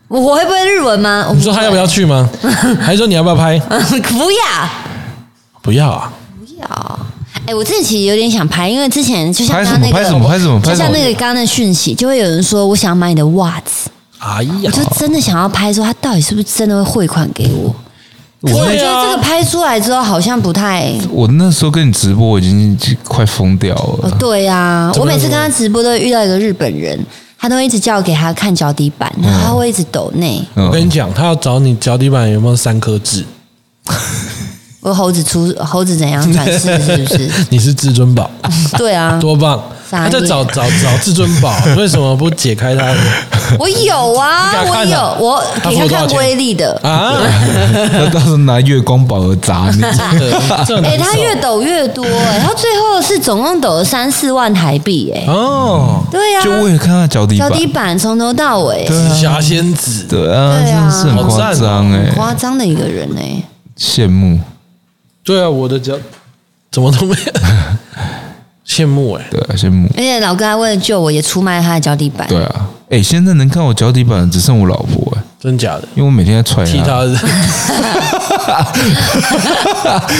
[SPEAKER 2] 我我会不会日文吗？我
[SPEAKER 1] 你说他要不要去吗？ *laughs* 还是说你要不要拍？
[SPEAKER 2] 会？ *laughs* 不要，
[SPEAKER 1] 不要啊，
[SPEAKER 2] 不要。哎，我自己其实有点想拍，因为之前就像
[SPEAKER 3] 拍什
[SPEAKER 2] 他
[SPEAKER 3] 么
[SPEAKER 2] 那个，
[SPEAKER 3] 拍什么拍什么拍
[SPEAKER 2] 就
[SPEAKER 3] 什么
[SPEAKER 2] 像
[SPEAKER 3] 哦
[SPEAKER 2] 那个刚刚的讯息，就会有人说我想买你的袜子，
[SPEAKER 1] 哎
[SPEAKER 2] 我
[SPEAKER 1] 呀，
[SPEAKER 2] 就真的想要拍，说他到底是不是真的会汇款给我？可
[SPEAKER 3] 啊
[SPEAKER 2] 是我觉得这个拍出来之后好像不太。
[SPEAKER 3] 我那时候跟你直播，我已经快疯掉
[SPEAKER 2] 哦
[SPEAKER 3] 了，。
[SPEAKER 2] 对呀、
[SPEAKER 1] 怎
[SPEAKER 2] 我
[SPEAKER 1] 么了
[SPEAKER 2] 每次跟他直播都会遇到一个日本人，他都会一直叫我给他看脚底板，然后他会一直抖内，
[SPEAKER 1] 我
[SPEAKER 3] 嗯
[SPEAKER 1] 跟你讲，他要找你脚底板有没有三颗痣？
[SPEAKER 2] 我猴子出猴子怎样展示是不
[SPEAKER 3] *laughs*
[SPEAKER 2] 是？
[SPEAKER 1] *laughs* 你是至尊宝，
[SPEAKER 2] 对啊，
[SPEAKER 1] 多棒！
[SPEAKER 2] 傻
[SPEAKER 1] 他
[SPEAKER 2] 眼
[SPEAKER 1] 在找找找至尊 *laughs* 宝，为什么不解开他的 *laughs*
[SPEAKER 2] 我有啊，
[SPEAKER 1] 你
[SPEAKER 2] 我
[SPEAKER 1] 给他看啊
[SPEAKER 2] 有，我
[SPEAKER 1] 他
[SPEAKER 2] 给
[SPEAKER 1] 付了多少
[SPEAKER 2] 他看
[SPEAKER 1] 钱
[SPEAKER 2] 威力的。
[SPEAKER 1] 啊？ *laughs*
[SPEAKER 3] 他到时候拿月光宝盒砸你。
[SPEAKER 1] 对这很
[SPEAKER 2] 哎、
[SPEAKER 1] 难
[SPEAKER 2] 他
[SPEAKER 1] 受
[SPEAKER 2] 越抖越多、哎，他最后是总共抖了三四万台币、哎，
[SPEAKER 1] 哦，
[SPEAKER 2] 对呀、
[SPEAKER 3] 就为了看他脚底
[SPEAKER 2] 脚
[SPEAKER 3] 板，
[SPEAKER 2] 底板从头到尾、
[SPEAKER 3] 对啊
[SPEAKER 1] 霞仙子，
[SPEAKER 3] 对啊，真的是很夸张哎，
[SPEAKER 2] 夸张的一个人哎、
[SPEAKER 3] 羡慕。
[SPEAKER 1] 对啊，我的脚怎么都没有， *laughs* 羡慕哎、欸
[SPEAKER 3] 对啊，羡慕。
[SPEAKER 2] 而且老哥还为了救我也出卖他的脚底板，
[SPEAKER 3] 对啊，哎、现在能看我脚底板的只剩我老婆、哎
[SPEAKER 1] 真假的？
[SPEAKER 3] 因为我每天在踹
[SPEAKER 1] 踢
[SPEAKER 3] 她。
[SPEAKER 1] 他的人，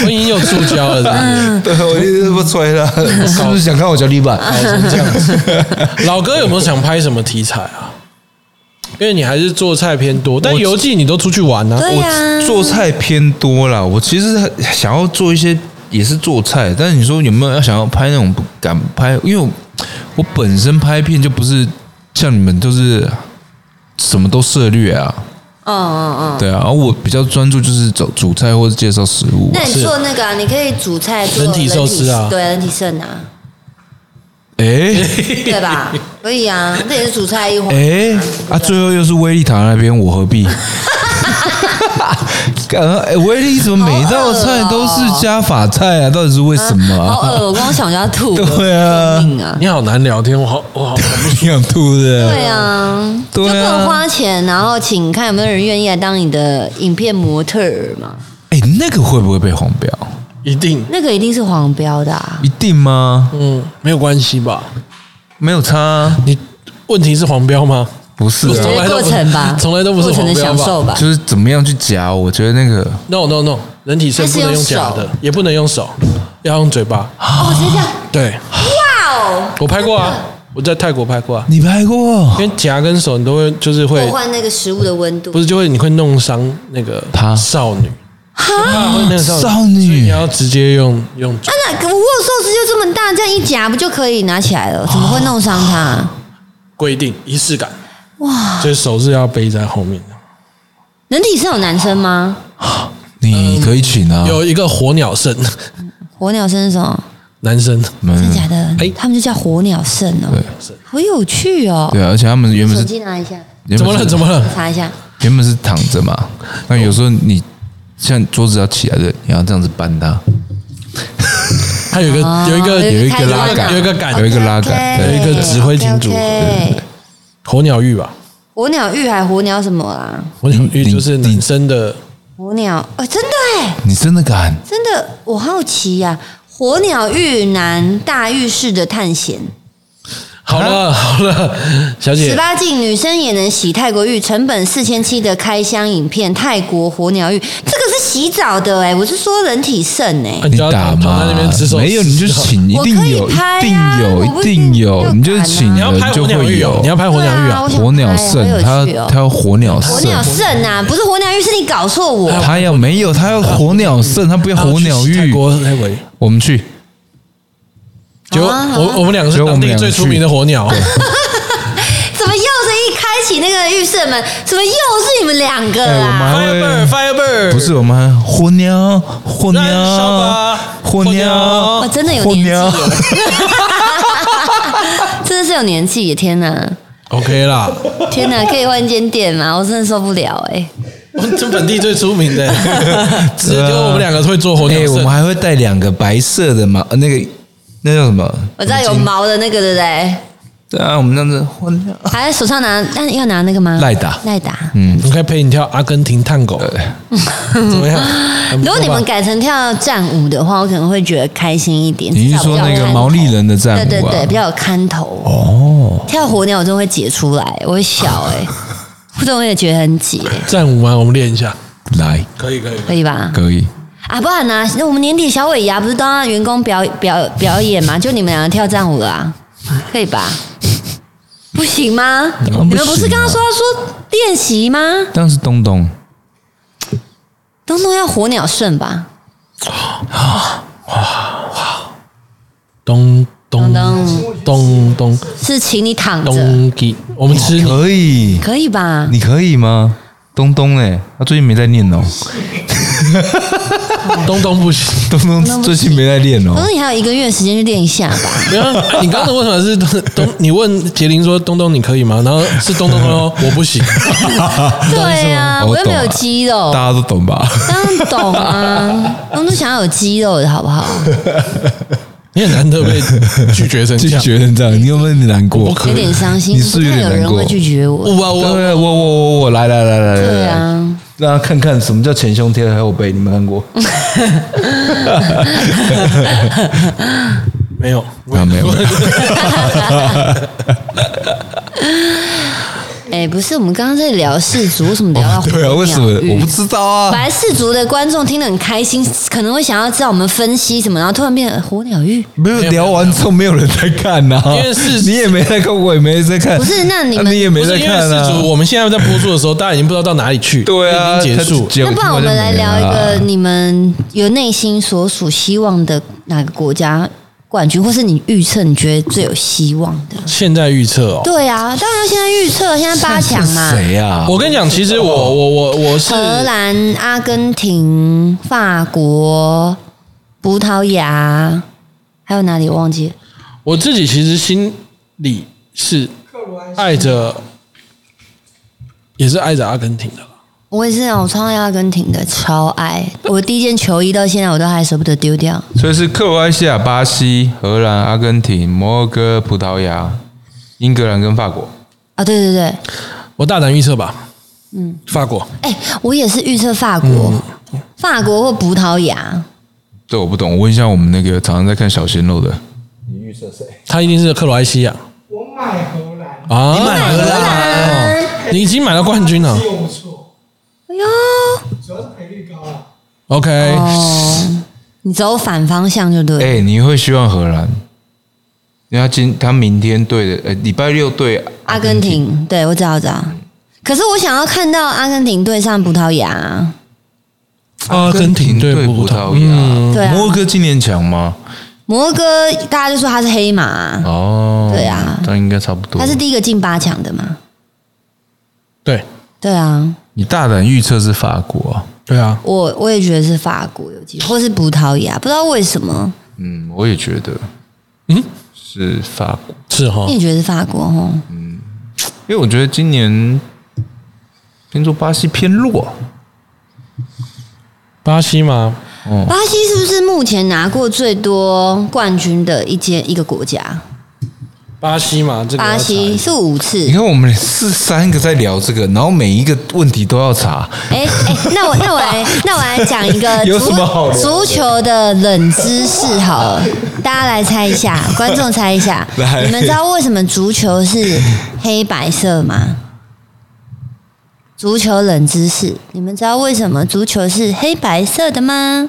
[SPEAKER 1] 我已经有触礁了，
[SPEAKER 3] 嗯
[SPEAKER 1] 是
[SPEAKER 4] 对，我一直不吹了，是不是想看我脚底板？
[SPEAKER 1] 不是？这样子。老哥有没有想拍什么题材啊？因为你还是做菜偏多，但游记你都出去玩啊。
[SPEAKER 2] 对呀、
[SPEAKER 3] 做菜偏多啦，我其实很想要做一些也是做菜，但是你说有没有要想要拍那种不敢拍？因为我我本身拍片就不是像你们都是什么都涉略啊，
[SPEAKER 2] 嗯嗯嗯。
[SPEAKER 3] 对啊，而我比较专注就是走主菜或者介绍食物、
[SPEAKER 2] 那
[SPEAKER 3] 啊。
[SPEAKER 2] 你做那个啊，你可以煮菜做
[SPEAKER 1] 人体寿司啊
[SPEAKER 2] 人体对，人体肾啊，
[SPEAKER 3] 哎 *laughs*
[SPEAKER 1] *laughs*
[SPEAKER 2] 对吧？可以啊，这也是煮菜一环。
[SPEAKER 3] 哎啊，最后又是威力塔那边，我何必？ *laughs* 呃，哎威力怎么每道菜都是加法菜啊？到底是
[SPEAKER 1] 哎
[SPEAKER 3] 为什么、
[SPEAKER 2] 好
[SPEAKER 3] *laughs* 啊？
[SPEAKER 2] 恶，我光想就要吐
[SPEAKER 1] *laughs*
[SPEAKER 2] 了。
[SPEAKER 3] 对啊
[SPEAKER 2] 救命啊！
[SPEAKER 1] 你好难聊天，我好我好
[SPEAKER 3] 你想吐的？
[SPEAKER 2] 对啊，
[SPEAKER 3] 对
[SPEAKER 2] 就不
[SPEAKER 3] 啊
[SPEAKER 2] 能花钱，然后请看有没有人愿意来当你的影片模特儿嘛？
[SPEAKER 3] 哎、那个会不会被黄标？
[SPEAKER 1] 一定
[SPEAKER 2] 那个一定是黄标的啊！
[SPEAKER 3] 一定吗？
[SPEAKER 1] 嗯没有关系吧？
[SPEAKER 3] 没有差、啊，
[SPEAKER 1] 你问题是黄标吗？
[SPEAKER 3] 不是、啊
[SPEAKER 1] 我从
[SPEAKER 2] 觉
[SPEAKER 1] 来
[SPEAKER 2] 得
[SPEAKER 1] 都
[SPEAKER 2] 过
[SPEAKER 1] 不是
[SPEAKER 2] 程吧，
[SPEAKER 1] 啊从来都不是
[SPEAKER 2] 过程的
[SPEAKER 1] 黄标
[SPEAKER 2] 享
[SPEAKER 1] 吧 *laughs*
[SPEAKER 2] 受吧。
[SPEAKER 3] 就是怎么样去夹？我觉得那个
[SPEAKER 1] No No No，人体肾不能用假
[SPEAKER 2] 它是
[SPEAKER 1] 的
[SPEAKER 2] 用，
[SPEAKER 1] 也不能用手，要用嘴巴。
[SPEAKER 2] 哦，直接这样，
[SPEAKER 1] 对，
[SPEAKER 2] 哇哦！
[SPEAKER 1] 我拍过啊，我在泰国拍过啊，
[SPEAKER 3] 你拍过
[SPEAKER 1] 因为夹跟手你都会就是会
[SPEAKER 2] 破坏那个食物的温度
[SPEAKER 1] 不。是就会你会弄伤那个
[SPEAKER 3] 她
[SPEAKER 1] 少女，怕会那个
[SPEAKER 3] 少
[SPEAKER 1] 所以你
[SPEAKER 3] 女，
[SPEAKER 1] 要直接用用嘴
[SPEAKER 2] 啊，那个我有寿司就这么大，这样一夹不就可以拿起来
[SPEAKER 1] 啊
[SPEAKER 2] 了？怎么会弄伤它？
[SPEAKER 1] 规定仪式感哇，所以手是要背在后面的。
[SPEAKER 2] 人体是有男生吗？
[SPEAKER 3] 你可以请
[SPEAKER 2] 嗯
[SPEAKER 3] 啊，
[SPEAKER 1] 有一个火鸟肾， *laughs*
[SPEAKER 2] 火鸟生是什么？
[SPEAKER 1] 男生
[SPEAKER 2] 真
[SPEAKER 3] 嗯
[SPEAKER 2] 假的？
[SPEAKER 1] 哎
[SPEAKER 2] 他们就叫火鸟肾哦，好有趣哦。
[SPEAKER 3] 对啊，而且他们原本
[SPEAKER 2] 手
[SPEAKER 3] 是
[SPEAKER 2] 机拿一下，
[SPEAKER 3] 原本
[SPEAKER 1] 怎么了
[SPEAKER 3] 是
[SPEAKER 1] 怎么了？
[SPEAKER 2] 查一下。
[SPEAKER 3] 原本是躺着嘛，那有时候你像桌子要起来的，你要这样子搬它，
[SPEAKER 1] 他有一个
[SPEAKER 2] 哦
[SPEAKER 1] 有一个
[SPEAKER 2] 有一个
[SPEAKER 1] 有一
[SPEAKER 2] 开
[SPEAKER 1] 拉
[SPEAKER 2] 关
[SPEAKER 1] 杆，
[SPEAKER 2] 啊
[SPEAKER 1] 有一个杆，
[SPEAKER 3] 有一个拉杆，
[SPEAKER 1] 有
[SPEAKER 3] 对，
[SPEAKER 1] 一个指挥金主
[SPEAKER 2] OK，OK
[SPEAKER 1] 火鸟浴吧，
[SPEAKER 2] 火鸟浴还火鸟什么啦？
[SPEAKER 1] 火鸟浴就是
[SPEAKER 3] 你你
[SPEAKER 1] 男生的
[SPEAKER 2] 火鸟，哦，真的哎，
[SPEAKER 3] 你真的敢？
[SPEAKER 2] 真的，我好奇呀、火鸟浴男大浴室的探险，
[SPEAKER 1] 好
[SPEAKER 3] 啊
[SPEAKER 1] 了好了，小
[SPEAKER 2] 十
[SPEAKER 1] 姐，
[SPEAKER 2] 八禁女生也能洗泰国浴，成本四千七的开箱影片，泰国火鸟浴，这个是洗澡的哎、我是说人体肾哎、
[SPEAKER 1] 啊
[SPEAKER 3] 你
[SPEAKER 1] 就要
[SPEAKER 3] 打
[SPEAKER 1] 躺躺在
[SPEAKER 3] 嘛
[SPEAKER 1] 那边吃寿？司
[SPEAKER 3] 没有你就请，一
[SPEAKER 2] 我
[SPEAKER 3] 定
[SPEAKER 2] 可以
[SPEAKER 3] 有，一
[SPEAKER 2] 拍
[SPEAKER 3] 定
[SPEAKER 2] 啊
[SPEAKER 3] 有，
[SPEAKER 2] 我
[SPEAKER 3] 一
[SPEAKER 2] 不
[SPEAKER 3] 定
[SPEAKER 2] 一定
[SPEAKER 3] 有，
[SPEAKER 2] 就
[SPEAKER 3] 你就
[SPEAKER 2] 敢啊
[SPEAKER 3] 请
[SPEAKER 1] 你要拍
[SPEAKER 3] 了
[SPEAKER 1] 火
[SPEAKER 3] 就
[SPEAKER 1] 鸟
[SPEAKER 3] 会
[SPEAKER 1] 浴哦
[SPEAKER 3] 有，，
[SPEAKER 1] 你要拍火鸟浴
[SPEAKER 2] 对啊
[SPEAKER 1] 啊
[SPEAKER 2] 我，想
[SPEAKER 3] 火鸟
[SPEAKER 2] 拍好
[SPEAKER 3] 肾，
[SPEAKER 2] 有
[SPEAKER 3] 他
[SPEAKER 2] 趣哦
[SPEAKER 3] 他要火鸟
[SPEAKER 2] 火
[SPEAKER 3] 肾，
[SPEAKER 2] 鸟肾啊，不是火鸟浴，是你搞错我。
[SPEAKER 1] 啊
[SPEAKER 3] 他要没有，他要火鸟肾，他不要火鸟
[SPEAKER 1] 泰
[SPEAKER 3] 浴。
[SPEAKER 1] 国那位。
[SPEAKER 3] 我们去，
[SPEAKER 1] 结果
[SPEAKER 2] 好啊好啊
[SPEAKER 1] 我我们两个是
[SPEAKER 3] 结果我
[SPEAKER 1] 当
[SPEAKER 3] 们
[SPEAKER 1] 地
[SPEAKER 3] 两个
[SPEAKER 1] 最
[SPEAKER 3] 去
[SPEAKER 1] 出名的火鸟，
[SPEAKER 2] 怎么又是一开启那个浴室门？怎么又是你们两个啊
[SPEAKER 3] 哎我们
[SPEAKER 2] 啦？
[SPEAKER 3] 还
[SPEAKER 1] Firebird
[SPEAKER 3] 会
[SPEAKER 1] Firebird
[SPEAKER 3] 不是我们还火鸟火鸟
[SPEAKER 1] 燃烧吧
[SPEAKER 3] 火
[SPEAKER 1] 火
[SPEAKER 3] 鸟
[SPEAKER 1] 鸟
[SPEAKER 2] 我、真的有
[SPEAKER 3] 火
[SPEAKER 2] 年纪
[SPEAKER 3] 鸟，
[SPEAKER 2] 耶，真的是有年纪耶！天哪，
[SPEAKER 1] OK 啦，
[SPEAKER 2] 天哪，可以换间店吗？我真的受不了哎！
[SPEAKER 1] 我们这本地最出名的，只有我们两个会做火鸟
[SPEAKER 3] 哎，我
[SPEAKER 1] 肾
[SPEAKER 3] 们。还会带两个白色的嘛，呃那个那叫什么？
[SPEAKER 2] 我知道有毛的那个，对不对？
[SPEAKER 3] 对啊，我们那是火鸟，
[SPEAKER 2] 还在手上拿，那要拿那个吗？
[SPEAKER 3] 赖嗯打
[SPEAKER 2] 赖打。
[SPEAKER 1] 我们可以陪你跳阿根廷探狗，怎么样？很不错
[SPEAKER 2] 如果你们
[SPEAKER 1] 吧
[SPEAKER 2] 改成跳战舞的话，我可能会觉得开心一点。
[SPEAKER 3] 你
[SPEAKER 2] 至
[SPEAKER 3] 是
[SPEAKER 2] 少比
[SPEAKER 3] 说
[SPEAKER 2] 较
[SPEAKER 3] 那
[SPEAKER 2] 有
[SPEAKER 3] 个
[SPEAKER 2] 看
[SPEAKER 3] 毛利
[SPEAKER 2] 头
[SPEAKER 3] 人的战舞啊？
[SPEAKER 2] 对对对，比较有看头。
[SPEAKER 3] 哦，
[SPEAKER 2] 跳火鸟我真的会解出来，我会笑哎、我真的也觉得很解，
[SPEAKER 1] 战舞吗？我们练一下，
[SPEAKER 3] 来
[SPEAKER 1] 可以可以。
[SPEAKER 2] 可以吧？
[SPEAKER 3] 可以，
[SPEAKER 2] 啊，不然呢、那我们年底小尾牙不是都让员工表表表演吗？就你们两个跳战舞了啊，可以
[SPEAKER 3] *laughs*
[SPEAKER 2] 吧？不行吗？
[SPEAKER 3] 当然
[SPEAKER 2] 你
[SPEAKER 3] 不行啊
[SPEAKER 2] 们不是刚刚说要说练习吗？
[SPEAKER 3] 但是东东
[SPEAKER 2] 东东要火鸟顺吧？
[SPEAKER 1] 咚咚
[SPEAKER 2] 咚
[SPEAKER 1] 咚咚
[SPEAKER 2] 是请你躺着，
[SPEAKER 3] 哦
[SPEAKER 1] 咚叽，我们吃你
[SPEAKER 3] 可以，
[SPEAKER 2] 可以吧？
[SPEAKER 3] 你可以吗？东东哎、他最近没在练哦，
[SPEAKER 1] 咚咚不行。
[SPEAKER 3] *laughs* 东东最近没在练
[SPEAKER 2] 东
[SPEAKER 3] 哦，
[SPEAKER 2] 东，你还有一个月的时间去练一下吧。
[SPEAKER 1] 没有，你刚刚问的是东东，你问杰林说东东你可以吗？然后是东东说我不行，
[SPEAKER 2] 对呀、啊，
[SPEAKER 3] *laughs* 我
[SPEAKER 2] 我又没
[SPEAKER 3] 懂
[SPEAKER 2] 有
[SPEAKER 3] 啊
[SPEAKER 2] 肌肉
[SPEAKER 3] 大，家都懂吧？
[SPEAKER 2] 当然懂啊。东东想要有肌肉的好不好？
[SPEAKER 1] 你很难得被拒绝
[SPEAKER 3] *laughs*
[SPEAKER 1] 成这
[SPEAKER 3] 就
[SPEAKER 1] 样。
[SPEAKER 3] 觉得这样，你有没有难过
[SPEAKER 1] 我？可
[SPEAKER 2] *laughs* 有点伤心，
[SPEAKER 3] 你是
[SPEAKER 2] 不
[SPEAKER 3] 有
[SPEAKER 2] 太
[SPEAKER 3] 点
[SPEAKER 2] 有人
[SPEAKER 3] 难过
[SPEAKER 2] 会拒绝我。
[SPEAKER 1] 我
[SPEAKER 3] 对，
[SPEAKER 1] 我
[SPEAKER 3] 我我我我来来来来来，
[SPEAKER 2] 对
[SPEAKER 3] 来，
[SPEAKER 2] 啊，
[SPEAKER 4] 让他看看什么叫前胸贴后背，你们看
[SPEAKER 2] *laughs*
[SPEAKER 4] 过？
[SPEAKER 1] 没有，
[SPEAKER 3] 啊没有，没有
[SPEAKER 2] 哎，不是，我们刚刚在聊氏族，为什么聊到
[SPEAKER 3] *laughs* 对啊，为什么
[SPEAKER 2] 火 *laughs* 鸟
[SPEAKER 3] 我
[SPEAKER 2] 鱼
[SPEAKER 3] 不知道
[SPEAKER 2] 本
[SPEAKER 3] 啊？
[SPEAKER 2] 来氏族的观众听得很开心，可能会想要知道我们分析什么，然后突然变成火鸟浴。
[SPEAKER 4] 没有聊完之后没有人在看
[SPEAKER 3] 啊
[SPEAKER 4] 呐、
[SPEAKER 1] 因为
[SPEAKER 3] *laughs*
[SPEAKER 1] 是
[SPEAKER 4] 你也没在看，我也没在看，
[SPEAKER 2] 不是那你们
[SPEAKER 4] 啊你也没
[SPEAKER 1] 不是
[SPEAKER 4] 在
[SPEAKER 1] 因为
[SPEAKER 4] 看
[SPEAKER 1] 世
[SPEAKER 4] 啊
[SPEAKER 1] 足，，我们现在在播出的时候，大家已经不知道到哪里去，
[SPEAKER 3] 对啊，
[SPEAKER 1] 已经结
[SPEAKER 3] 他
[SPEAKER 1] 束。
[SPEAKER 3] 结
[SPEAKER 2] 那不然我们来聊一个你们有内心所属希望的哪个国家冠军，或是你预测你觉得最有希望的？
[SPEAKER 1] 现在预测哦，
[SPEAKER 2] 对啊，当然现在预测现在八强嘛，
[SPEAKER 4] 谁呀、
[SPEAKER 3] 啊
[SPEAKER 1] 我跟你讲，其实我我我我是
[SPEAKER 2] 荷兰、阿根廷、法国、葡萄牙，还有哪里我忘记了？
[SPEAKER 1] 我自己其实心里是爱着，也是爱着阿根廷的啦。
[SPEAKER 2] 我也是啊，我超爱阿根廷的，超爱。我第一件球衣到现在我都还舍不得丢掉。
[SPEAKER 3] 所以是克罗埃西亚、巴西、荷兰、阿根廷、摩洛哥、葡萄牙、英格兰跟法国。
[SPEAKER 2] 啊，对对对，
[SPEAKER 1] 我大胆预测吧，嗯，法国
[SPEAKER 2] 哎、我也是预测法国、
[SPEAKER 3] 嗯
[SPEAKER 2] 法国或葡萄牙。
[SPEAKER 3] 这我不懂，我问一下我们那个常常在看小鲜肉的，
[SPEAKER 1] 他一定是克罗埃西亚
[SPEAKER 5] 我买荷兰，
[SPEAKER 1] 啊！你
[SPEAKER 2] 荷兰，
[SPEAKER 1] 已经买到冠军了
[SPEAKER 5] 只有不错，
[SPEAKER 2] 哎呦，
[SPEAKER 5] 主要是赔率高了。
[SPEAKER 1] ，OK，
[SPEAKER 2] 哦，你走反方向就对了。
[SPEAKER 3] 哎、你会希望荷兰？因为他今他明天对的，呃，礼拜六对
[SPEAKER 2] 阿根廷，对我知道，我知道。可是我想要看到阿根廷对上葡萄牙，
[SPEAKER 1] 阿根廷对
[SPEAKER 3] 对
[SPEAKER 1] 葡
[SPEAKER 3] 葡
[SPEAKER 1] 萄
[SPEAKER 3] 萄牙。
[SPEAKER 2] 对啊
[SPEAKER 3] 摩洛哥今年强吗？
[SPEAKER 2] 摩洛哥大家就说他是黑马啊，
[SPEAKER 3] 哦，
[SPEAKER 2] 对啊
[SPEAKER 3] 那应该差不多。
[SPEAKER 2] 他是第一个进八强的嘛？
[SPEAKER 1] 对
[SPEAKER 2] 对啊，
[SPEAKER 3] 你大胆预测是法国、啊，
[SPEAKER 1] 对啊，
[SPEAKER 2] 我我也觉得是法国有机会，或是葡萄牙，不知道为什么，
[SPEAKER 3] 嗯，我也觉得，
[SPEAKER 1] 嗯，
[SPEAKER 3] 是法国，
[SPEAKER 1] 是哈
[SPEAKER 2] 你，也觉得是法国哦？
[SPEAKER 3] 因为我觉得今年听说巴西偏弱，啊
[SPEAKER 1] 巴西嘛，
[SPEAKER 3] 哦
[SPEAKER 2] 巴西是不是目前拿过最多冠军的一间一个国家？
[SPEAKER 1] 巴西嘛，这个
[SPEAKER 2] 巴西是五次
[SPEAKER 3] 你。看我们是三个在聊这个，然后每一个问题都要查，
[SPEAKER 2] 哎哎，那我那我
[SPEAKER 3] *laughs*
[SPEAKER 2] 来那我来讲一个
[SPEAKER 3] 有
[SPEAKER 2] 足
[SPEAKER 3] 什么好聊的
[SPEAKER 2] 足球的冷知识好
[SPEAKER 3] *laughs*
[SPEAKER 2] 了，大家来猜一下，观众猜一下，
[SPEAKER 3] 来
[SPEAKER 2] 你们知道为什么足球是黑白色吗？足球冷知识，你们知道为什么足球是黑白色的吗？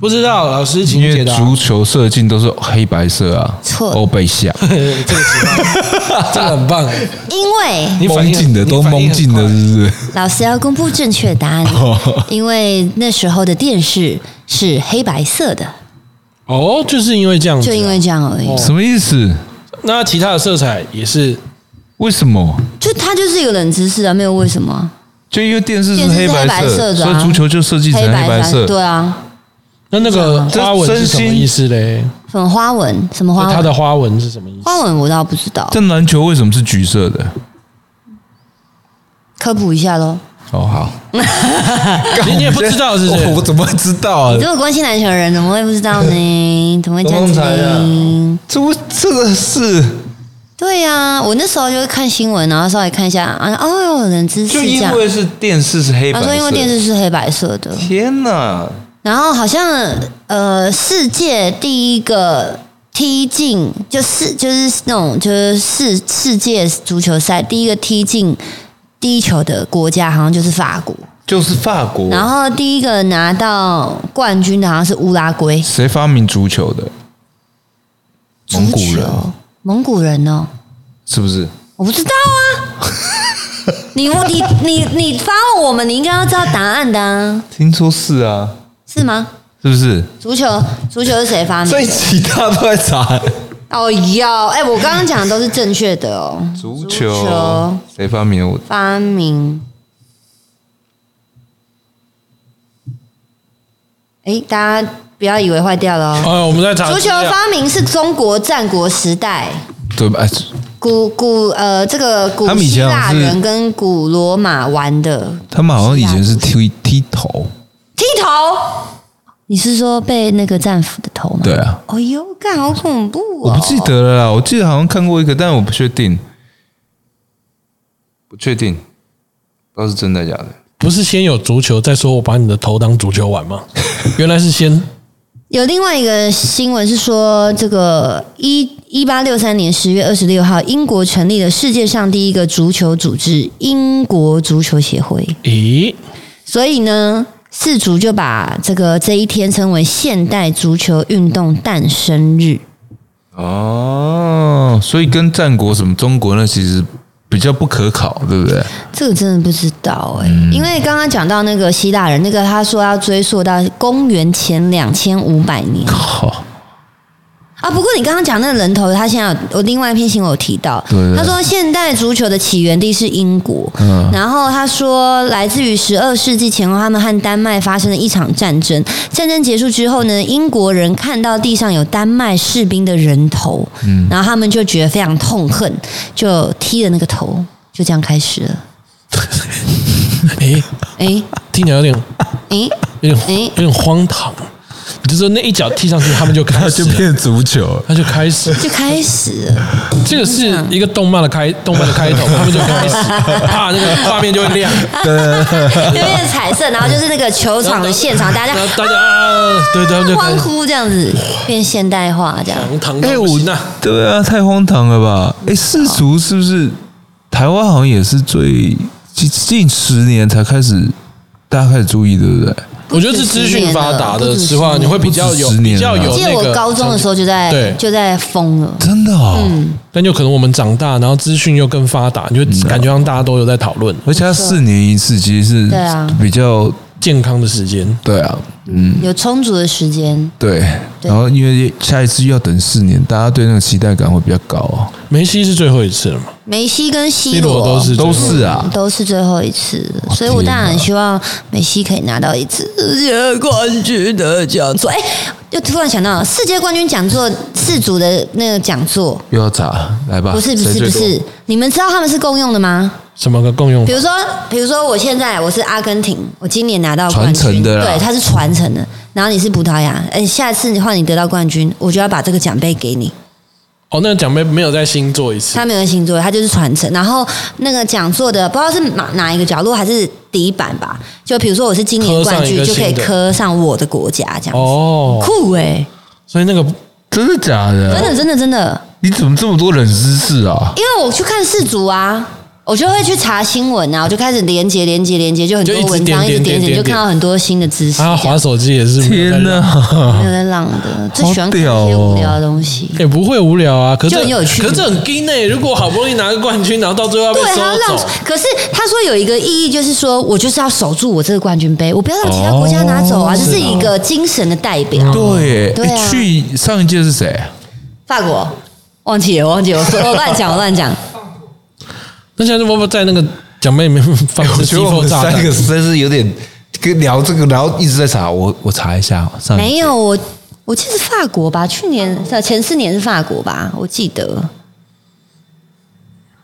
[SPEAKER 1] 不知道老师请
[SPEAKER 3] 因
[SPEAKER 1] 解
[SPEAKER 3] 为
[SPEAKER 1] 答。
[SPEAKER 3] 足球射进都是黑白色啊，
[SPEAKER 2] 错
[SPEAKER 3] 欧
[SPEAKER 2] *laughs*
[SPEAKER 3] 贝夏，
[SPEAKER 1] 这个知道 *laughs* 这个很棒，
[SPEAKER 2] 因为
[SPEAKER 1] 你反
[SPEAKER 3] 蒙
[SPEAKER 1] 应
[SPEAKER 3] 进的都蒙进的，，
[SPEAKER 1] 你
[SPEAKER 3] 是不是？
[SPEAKER 2] 老师要公布正确答
[SPEAKER 3] *laughs*
[SPEAKER 2] 案，
[SPEAKER 3] 哦
[SPEAKER 2] 因为那时候的电视是黑白色的，
[SPEAKER 1] 反应很快哦，就是因为这样子啊，
[SPEAKER 2] 就因为这样而已。
[SPEAKER 3] 什么意思？
[SPEAKER 1] 那其他的色彩也是
[SPEAKER 3] 为什么？
[SPEAKER 2] 就它就是一个冷知识啊，没有为什么啊
[SPEAKER 3] 就因为电视是
[SPEAKER 2] 电视是
[SPEAKER 3] 黑白
[SPEAKER 2] 黑白色的
[SPEAKER 3] 所
[SPEAKER 2] 啊
[SPEAKER 3] 以足球就设计成黑白色。
[SPEAKER 2] 对啊，
[SPEAKER 1] 那那个花纹是什么意思嘞？
[SPEAKER 2] 粉花纹什么花
[SPEAKER 1] 它
[SPEAKER 3] 哦
[SPEAKER 2] 纹？
[SPEAKER 1] 的花纹是什么意思？
[SPEAKER 2] 花纹我倒不知道，
[SPEAKER 3] 但篮球为什么是橘色的？
[SPEAKER 2] 科普一下喽。
[SPEAKER 3] 哦，好，哦
[SPEAKER 1] 你你也不知道是不
[SPEAKER 3] 我我
[SPEAKER 1] 是？
[SPEAKER 3] 怎么会知道啊
[SPEAKER 2] 你？这么关心篮球的人，怎么会不知道
[SPEAKER 3] *laughs*
[SPEAKER 2] 呢？怎么会这样子
[SPEAKER 4] 我刚才
[SPEAKER 2] 呢
[SPEAKER 4] 啊？
[SPEAKER 3] 这我这个是
[SPEAKER 2] 对呀、啊，我那时候就会看新闻，然后稍微看一下啊，哦，冷知识
[SPEAKER 3] 就
[SPEAKER 2] 这
[SPEAKER 3] 因
[SPEAKER 2] 样。
[SPEAKER 3] 为是电视是黑白
[SPEAKER 2] 然
[SPEAKER 3] 色，
[SPEAKER 2] 后啊说因为电视是黑白色的，
[SPEAKER 3] 天哪！
[SPEAKER 2] 然后好像呃，世界第一个踢进就是就是那种就是世世界足球赛第一个踢进第一球的国家，好像就是法国。
[SPEAKER 3] 就是法国，
[SPEAKER 2] 然后第一个拿到冠军的好像是乌拉圭，
[SPEAKER 3] 谁发明足球的？蒙古
[SPEAKER 2] 足
[SPEAKER 3] 人
[SPEAKER 2] 球，蒙古人哦，
[SPEAKER 3] 是不是？
[SPEAKER 2] 我不知道
[SPEAKER 3] *laughs*
[SPEAKER 2] 啊。你你你你发问我们，你应该要知道答案的、啊，
[SPEAKER 3] 听说是啊，
[SPEAKER 2] 是吗？
[SPEAKER 3] 是不是？
[SPEAKER 2] 足球足球是谁发明
[SPEAKER 4] 这
[SPEAKER 2] 的？
[SPEAKER 4] 一集大家都在查，
[SPEAKER 2] 哦哟，哎、我刚刚讲的都是正确的哦。
[SPEAKER 3] 足球谁发明的？我
[SPEAKER 2] 发明，哎、大家不要以为坏掉了哦。
[SPEAKER 1] 啊，我们在查
[SPEAKER 2] 足球发明是中国战国时代。
[SPEAKER 3] 对吧？哎
[SPEAKER 2] 古古呃，这个古
[SPEAKER 3] 他们以
[SPEAKER 2] 希
[SPEAKER 3] 前好
[SPEAKER 2] 腊
[SPEAKER 3] 像是
[SPEAKER 2] 人跟古罗马玩的
[SPEAKER 3] 他们好像以前是踢踢头，
[SPEAKER 2] 剃头。你是说被那个战俘的头吗？
[SPEAKER 3] 对。啊，
[SPEAKER 2] 哎呦，干好恐怖哦！
[SPEAKER 3] 我不记得了啦，我记得好像看过一个，但我不确定，不确定，不知道是真的假的。
[SPEAKER 1] 不是先有足球，再说我把你的头当足球玩吗？原来是先
[SPEAKER 2] 有另外一个新闻是说，这个一一八六三年十月二十六号，英国成立了世界上第一个足球组织——英国足球协会。
[SPEAKER 1] 咦，
[SPEAKER 2] 所以呢，世足就把这个这一天称为现代足球运动诞生日。
[SPEAKER 3] 哦，所以跟战国什么中国那其实比较不可考，对不对？
[SPEAKER 2] 这个真的不知道哎、因为刚刚讲到那个希腊人，那个他说要追溯到公元前两千五百年
[SPEAKER 3] 好，
[SPEAKER 2] 啊。不过你刚刚讲那个人头，他现在有我另外一篇新闻有提到
[SPEAKER 3] 对对，对
[SPEAKER 2] 他说现代足球的起源地是英国，然后他说来自于十二世纪前后，他们和丹麦发生了一场战争。战争结束之后呢，英国人看到地上有丹麦士兵的人头，然后他们就觉得非常痛恨，就踢了那个头，就这样开始了。
[SPEAKER 1] 诶，
[SPEAKER 2] 诶
[SPEAKER 1] 听起来有点
[SPEAKER 2] 诶。
[SPEAKER 1] 有
[SPEAKER 2] 诶
[SPEAKER 1] 点有点荒唐。你就说那一脚踢上去，他们就开始
[SPEAKER 3] 就
[SPEAKER 1] 了，
[SPEAKER 3] 变足球，
[SPEAKER 1] 他就开
[SPEAKER 3] *laughs*
[SPEAKER 1] 始。
[SPEAKER 2] 就开始
[SPEAKER 1] *laughs*
[SPEAKER 2] 了。
[SPEAKER 1] 这个是一个动漫的开动漫的开
[SPEAKER 3] *laughs*
[SPEAKER 1] 头，他们就开始，啪，那个画面就会亮，
[SPEAKER 2] 就变成彩色，然后就是那个球场的现场，大家
[SPEAKER 1] 然后大家啊对，他们就开
[SPEAKER 2] 欢
[SPEAKER 1] 始
[SPEAKER 2] 呼这样子，变现代化这样。
[SPEAKER 1] 堂堂
[SPEAKER 3] 哎
[SPEAKER 1] 到不
[SPEAKER 3] 我
[SPEAKER 1] 行啊。
[SPEAKER 3] 对啊，太荒唐了吧？哎，世足是不是台湾好像也是最近近十年才开始大家开始注意，对不对？
[SPEAKER 1] 我觉得是资讯发达
[SPEAKER 2] 不
[SPEAKER 1] 的
[SPEAKER 2] 止十
[SPEAKER 1] 实话，
[SPEAKER 2] 年
[SPEAKER 1] 你会比较有
[SPEAKER 3] 不止十年
[SPEAKER 1] 比
[SPEAKER 3] 了
[SPEAKER 1] 较有
[SPEAKER 2] 我记得
[SPEAKER 1] 那
[SPEAKER 2] 我
[SPEAKER 1] 个。
[SPEAKER 2] 高中的时候就在
[SPEAKER 1] 对
[SPEAKER 2] 就在疯了，
[SPEAKER 3] 真的哦，
[SPEAKER 2] 嗯
[SPEAKER 1] 但就可能我们长大，然后资讯又更发达，你就感觉上大家都有在讨论
[SPEAKER 3] 而且它四年一次，其实是
[SPEAKER 2] 对啊
[SPEAKER 3] 比较
[SPEAKER 1] 健康的时间。
[SPEAKER 3] 对啊，
[SPEAKER 1] 嗯
[SPEAKER 2] 有充足的时间。
[SPEAKER 3] 对。然后因为下一次又要等四年，大家对那个期待感会比较高哦。
[SPEAKER 1] 梅西是最后一次了嘛
[SPEAKER 2] 梅西跟 C
[SPEAKER 1] ？C 罗
[SPEAKER 2] 罗
[SPEAKER 1] 都是
[SPEAKER 3] 都是啊，
[SPEAKER 2] 都是最后一次，所以我当然很希望梅西可以拿到一次世界冠军的讲座。哎，又突然想到世界冠军讲座四组的那个讲座，
[SPEAKER 3] 又要查，来吧，
[SPEAKER 2] 不是不是
[SPEAKER 3] 谁最
[SPEAKER 2] 不
[SPEAKER 1] 啊
[SPEAKER 3] 多
[SPEAKER 2] 是，你们知道他们是共用的吗？
[SPEAKER 1] 什么个共用
[SPEAKER 2] 比？如说，比如说，我现在我是阿根廷，我今年拿到冠
[SPEAKER 3] 传
[SPEAKER 2] 军，
[SPEAKER 3] 承的啦
[SPEAKER 2] 对，它是传承的。然后你是葡萄牙，哎，下次你换你得到冠军，我就要把这个奖杯给你。
[SPEAKER 1] 哦，那个奖杯没有再新做一次
[SPEAKER 2] 它没有星座，它就是传承。然后那个讲座的不知道是哪哪一个角落还是底板吧，就比如说我是今年
[SPEAKER 1] 刻上
[SPEAKER 2] 冠
[SPEAKER 1] 一
[SPEAKER 2] 军，
[SPEAKER 1] 个
[SPEAKER 2] 就可以
[SPEAKER 1] 新的
[SPEAKER 2] 刻上我的国家这样子。
[SPEAKER 1] 哦，
[SPEAKER 2] 酷哎、
[SPEAKER 1] 所以那个
[SPEAKER 3] 真的假的？
[SPEAKER 2] 真的真的真的，
[SPEAKER 3] 你怎么这么多冷知识啊？
[SPEAKER 2] 因为我去看世足啊，我就会去查新闻啊，我就开始连接连接连接，就很多
[SPEAKER 1] 就一直
[SPEAKER 2] 文章，一
[SPEAKER 1] 点
[SPEAKER 2] 直
[SPEAKER 1] 点
[SPEAKER 2] 点
[SPEAKER 1] 点
[SPEAKER 2] 点，就
[SPEAKER 1] 点
[SPEAKER 2] 看到很多新的知识这
[SPEAKER 1] 他
[SPEAKER 2] 样。
[SPEAKER 1] 划啊手机也是没有在
[SPEAKER 3] 天
[SPEAKER 1] 浪，
[SPEAKER 3] 哪！
[SPEAKER 2] 没有在浪的，最喜欢看一
[SPEAKER 3] 屌
[SPEAKER 2] 些无
[SPEAKER 3] 哦
[SPEAKER 2] 聊的东西。
[SPEAKER 1] 也不会无聊啊。可是
[SPEAKER 2] 就很有趣
[SPEAKER 1] 可是这很惊呢。如果好不容易拿个冠军，然后到最后要被
[SPEAKER 2] 对，
[SPEAKER 1] 收
[SPEAKER 2] 还要让
[SPEAKER 1] 走，。
[SPEAKER 2] 可是他说有一个意义，就是说我就是要守住我这个冠军杯，我不要让其他国家拿走啊，这是一个精神的代表。
[SPEAKER 3] 对，
[SPEAKER 2] 对啊
[SPEAKER 3] 诶去上一届是谁？
[SPEAKER 2] 法国忘记了，忘记了，我说我乱讲，我乱 *laughs* 讲。
[SPEAKER 1] 那现在就不在那个奖杯里面放
[SPEAKER 4] *laughs* 我
[SPEAKER 1] 个
[SPEAKER 4] 觉
[SPEAKER 1] 激
[SPEAKER 4] 得我
[SPEAKER 1] 破
[SPEAKER 4] 们
[SPEAKER 1] 炸
[SPEAKER 4] 三
[SPEAKER 1] 弹
[SPEAKER 4] 个。实在是有点跟聊这个，然后一直在查，我我查一下上一
[SPEAKER 2] 没有我，我记得是法国吧，去年呃前四年是法国吧，我记得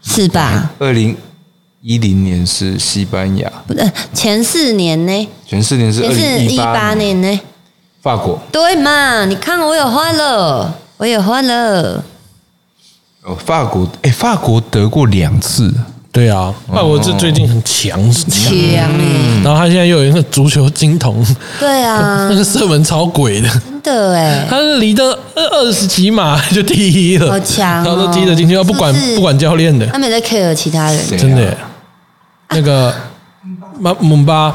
[SPEAKER 2] 是吧？
[SPEAKER 3] 二零一零年是西班牙，
[SPEAKER 2] 不是前四年呢，
[SPEAKER 3] 前四年是
[SPEAKER 2] 前四年一八年呢。
[SPEAKER 3] 法国。
[SPEAKER 2] 对嘛？你看我有换了，我有换了。
[SPEAKER 3] 哦，法国，哎，法国得过两次，
[SPEAKER 1] 对啊，
[SPEAKER 4] 哦
[SPEAKER 1] 法国这最近很强，强
[SPEAKER 2] 强
[SPEAKER 4] 嗯
[SPEAKER 1] 然后他现在又有一个足球金童，
[SPEAKER 2] 对啊
[SPEAKER 1] 那，个射门超鬼的，
[SPEAKER 2] 真的哎，
[SPEAKER 1] 他离的二二十几码就第一了，
[SPEAKER 2] 好强
[SPEAKER 1] 他
[SPEAKER 2] 哦
[SPEAKER 1] 都踢得进去，他不管
[SPEAKER 2] 是不是
[SPEAKER 1] 不管教练的
[SPEAKER 2] 他，没有在 care 其他人，
[SPEAKER 3] 谁啊
[SPEAKER 1] 真的耶。那个
[SPEAKER 2] 啊
[SPEAKER 1] 马姆巴，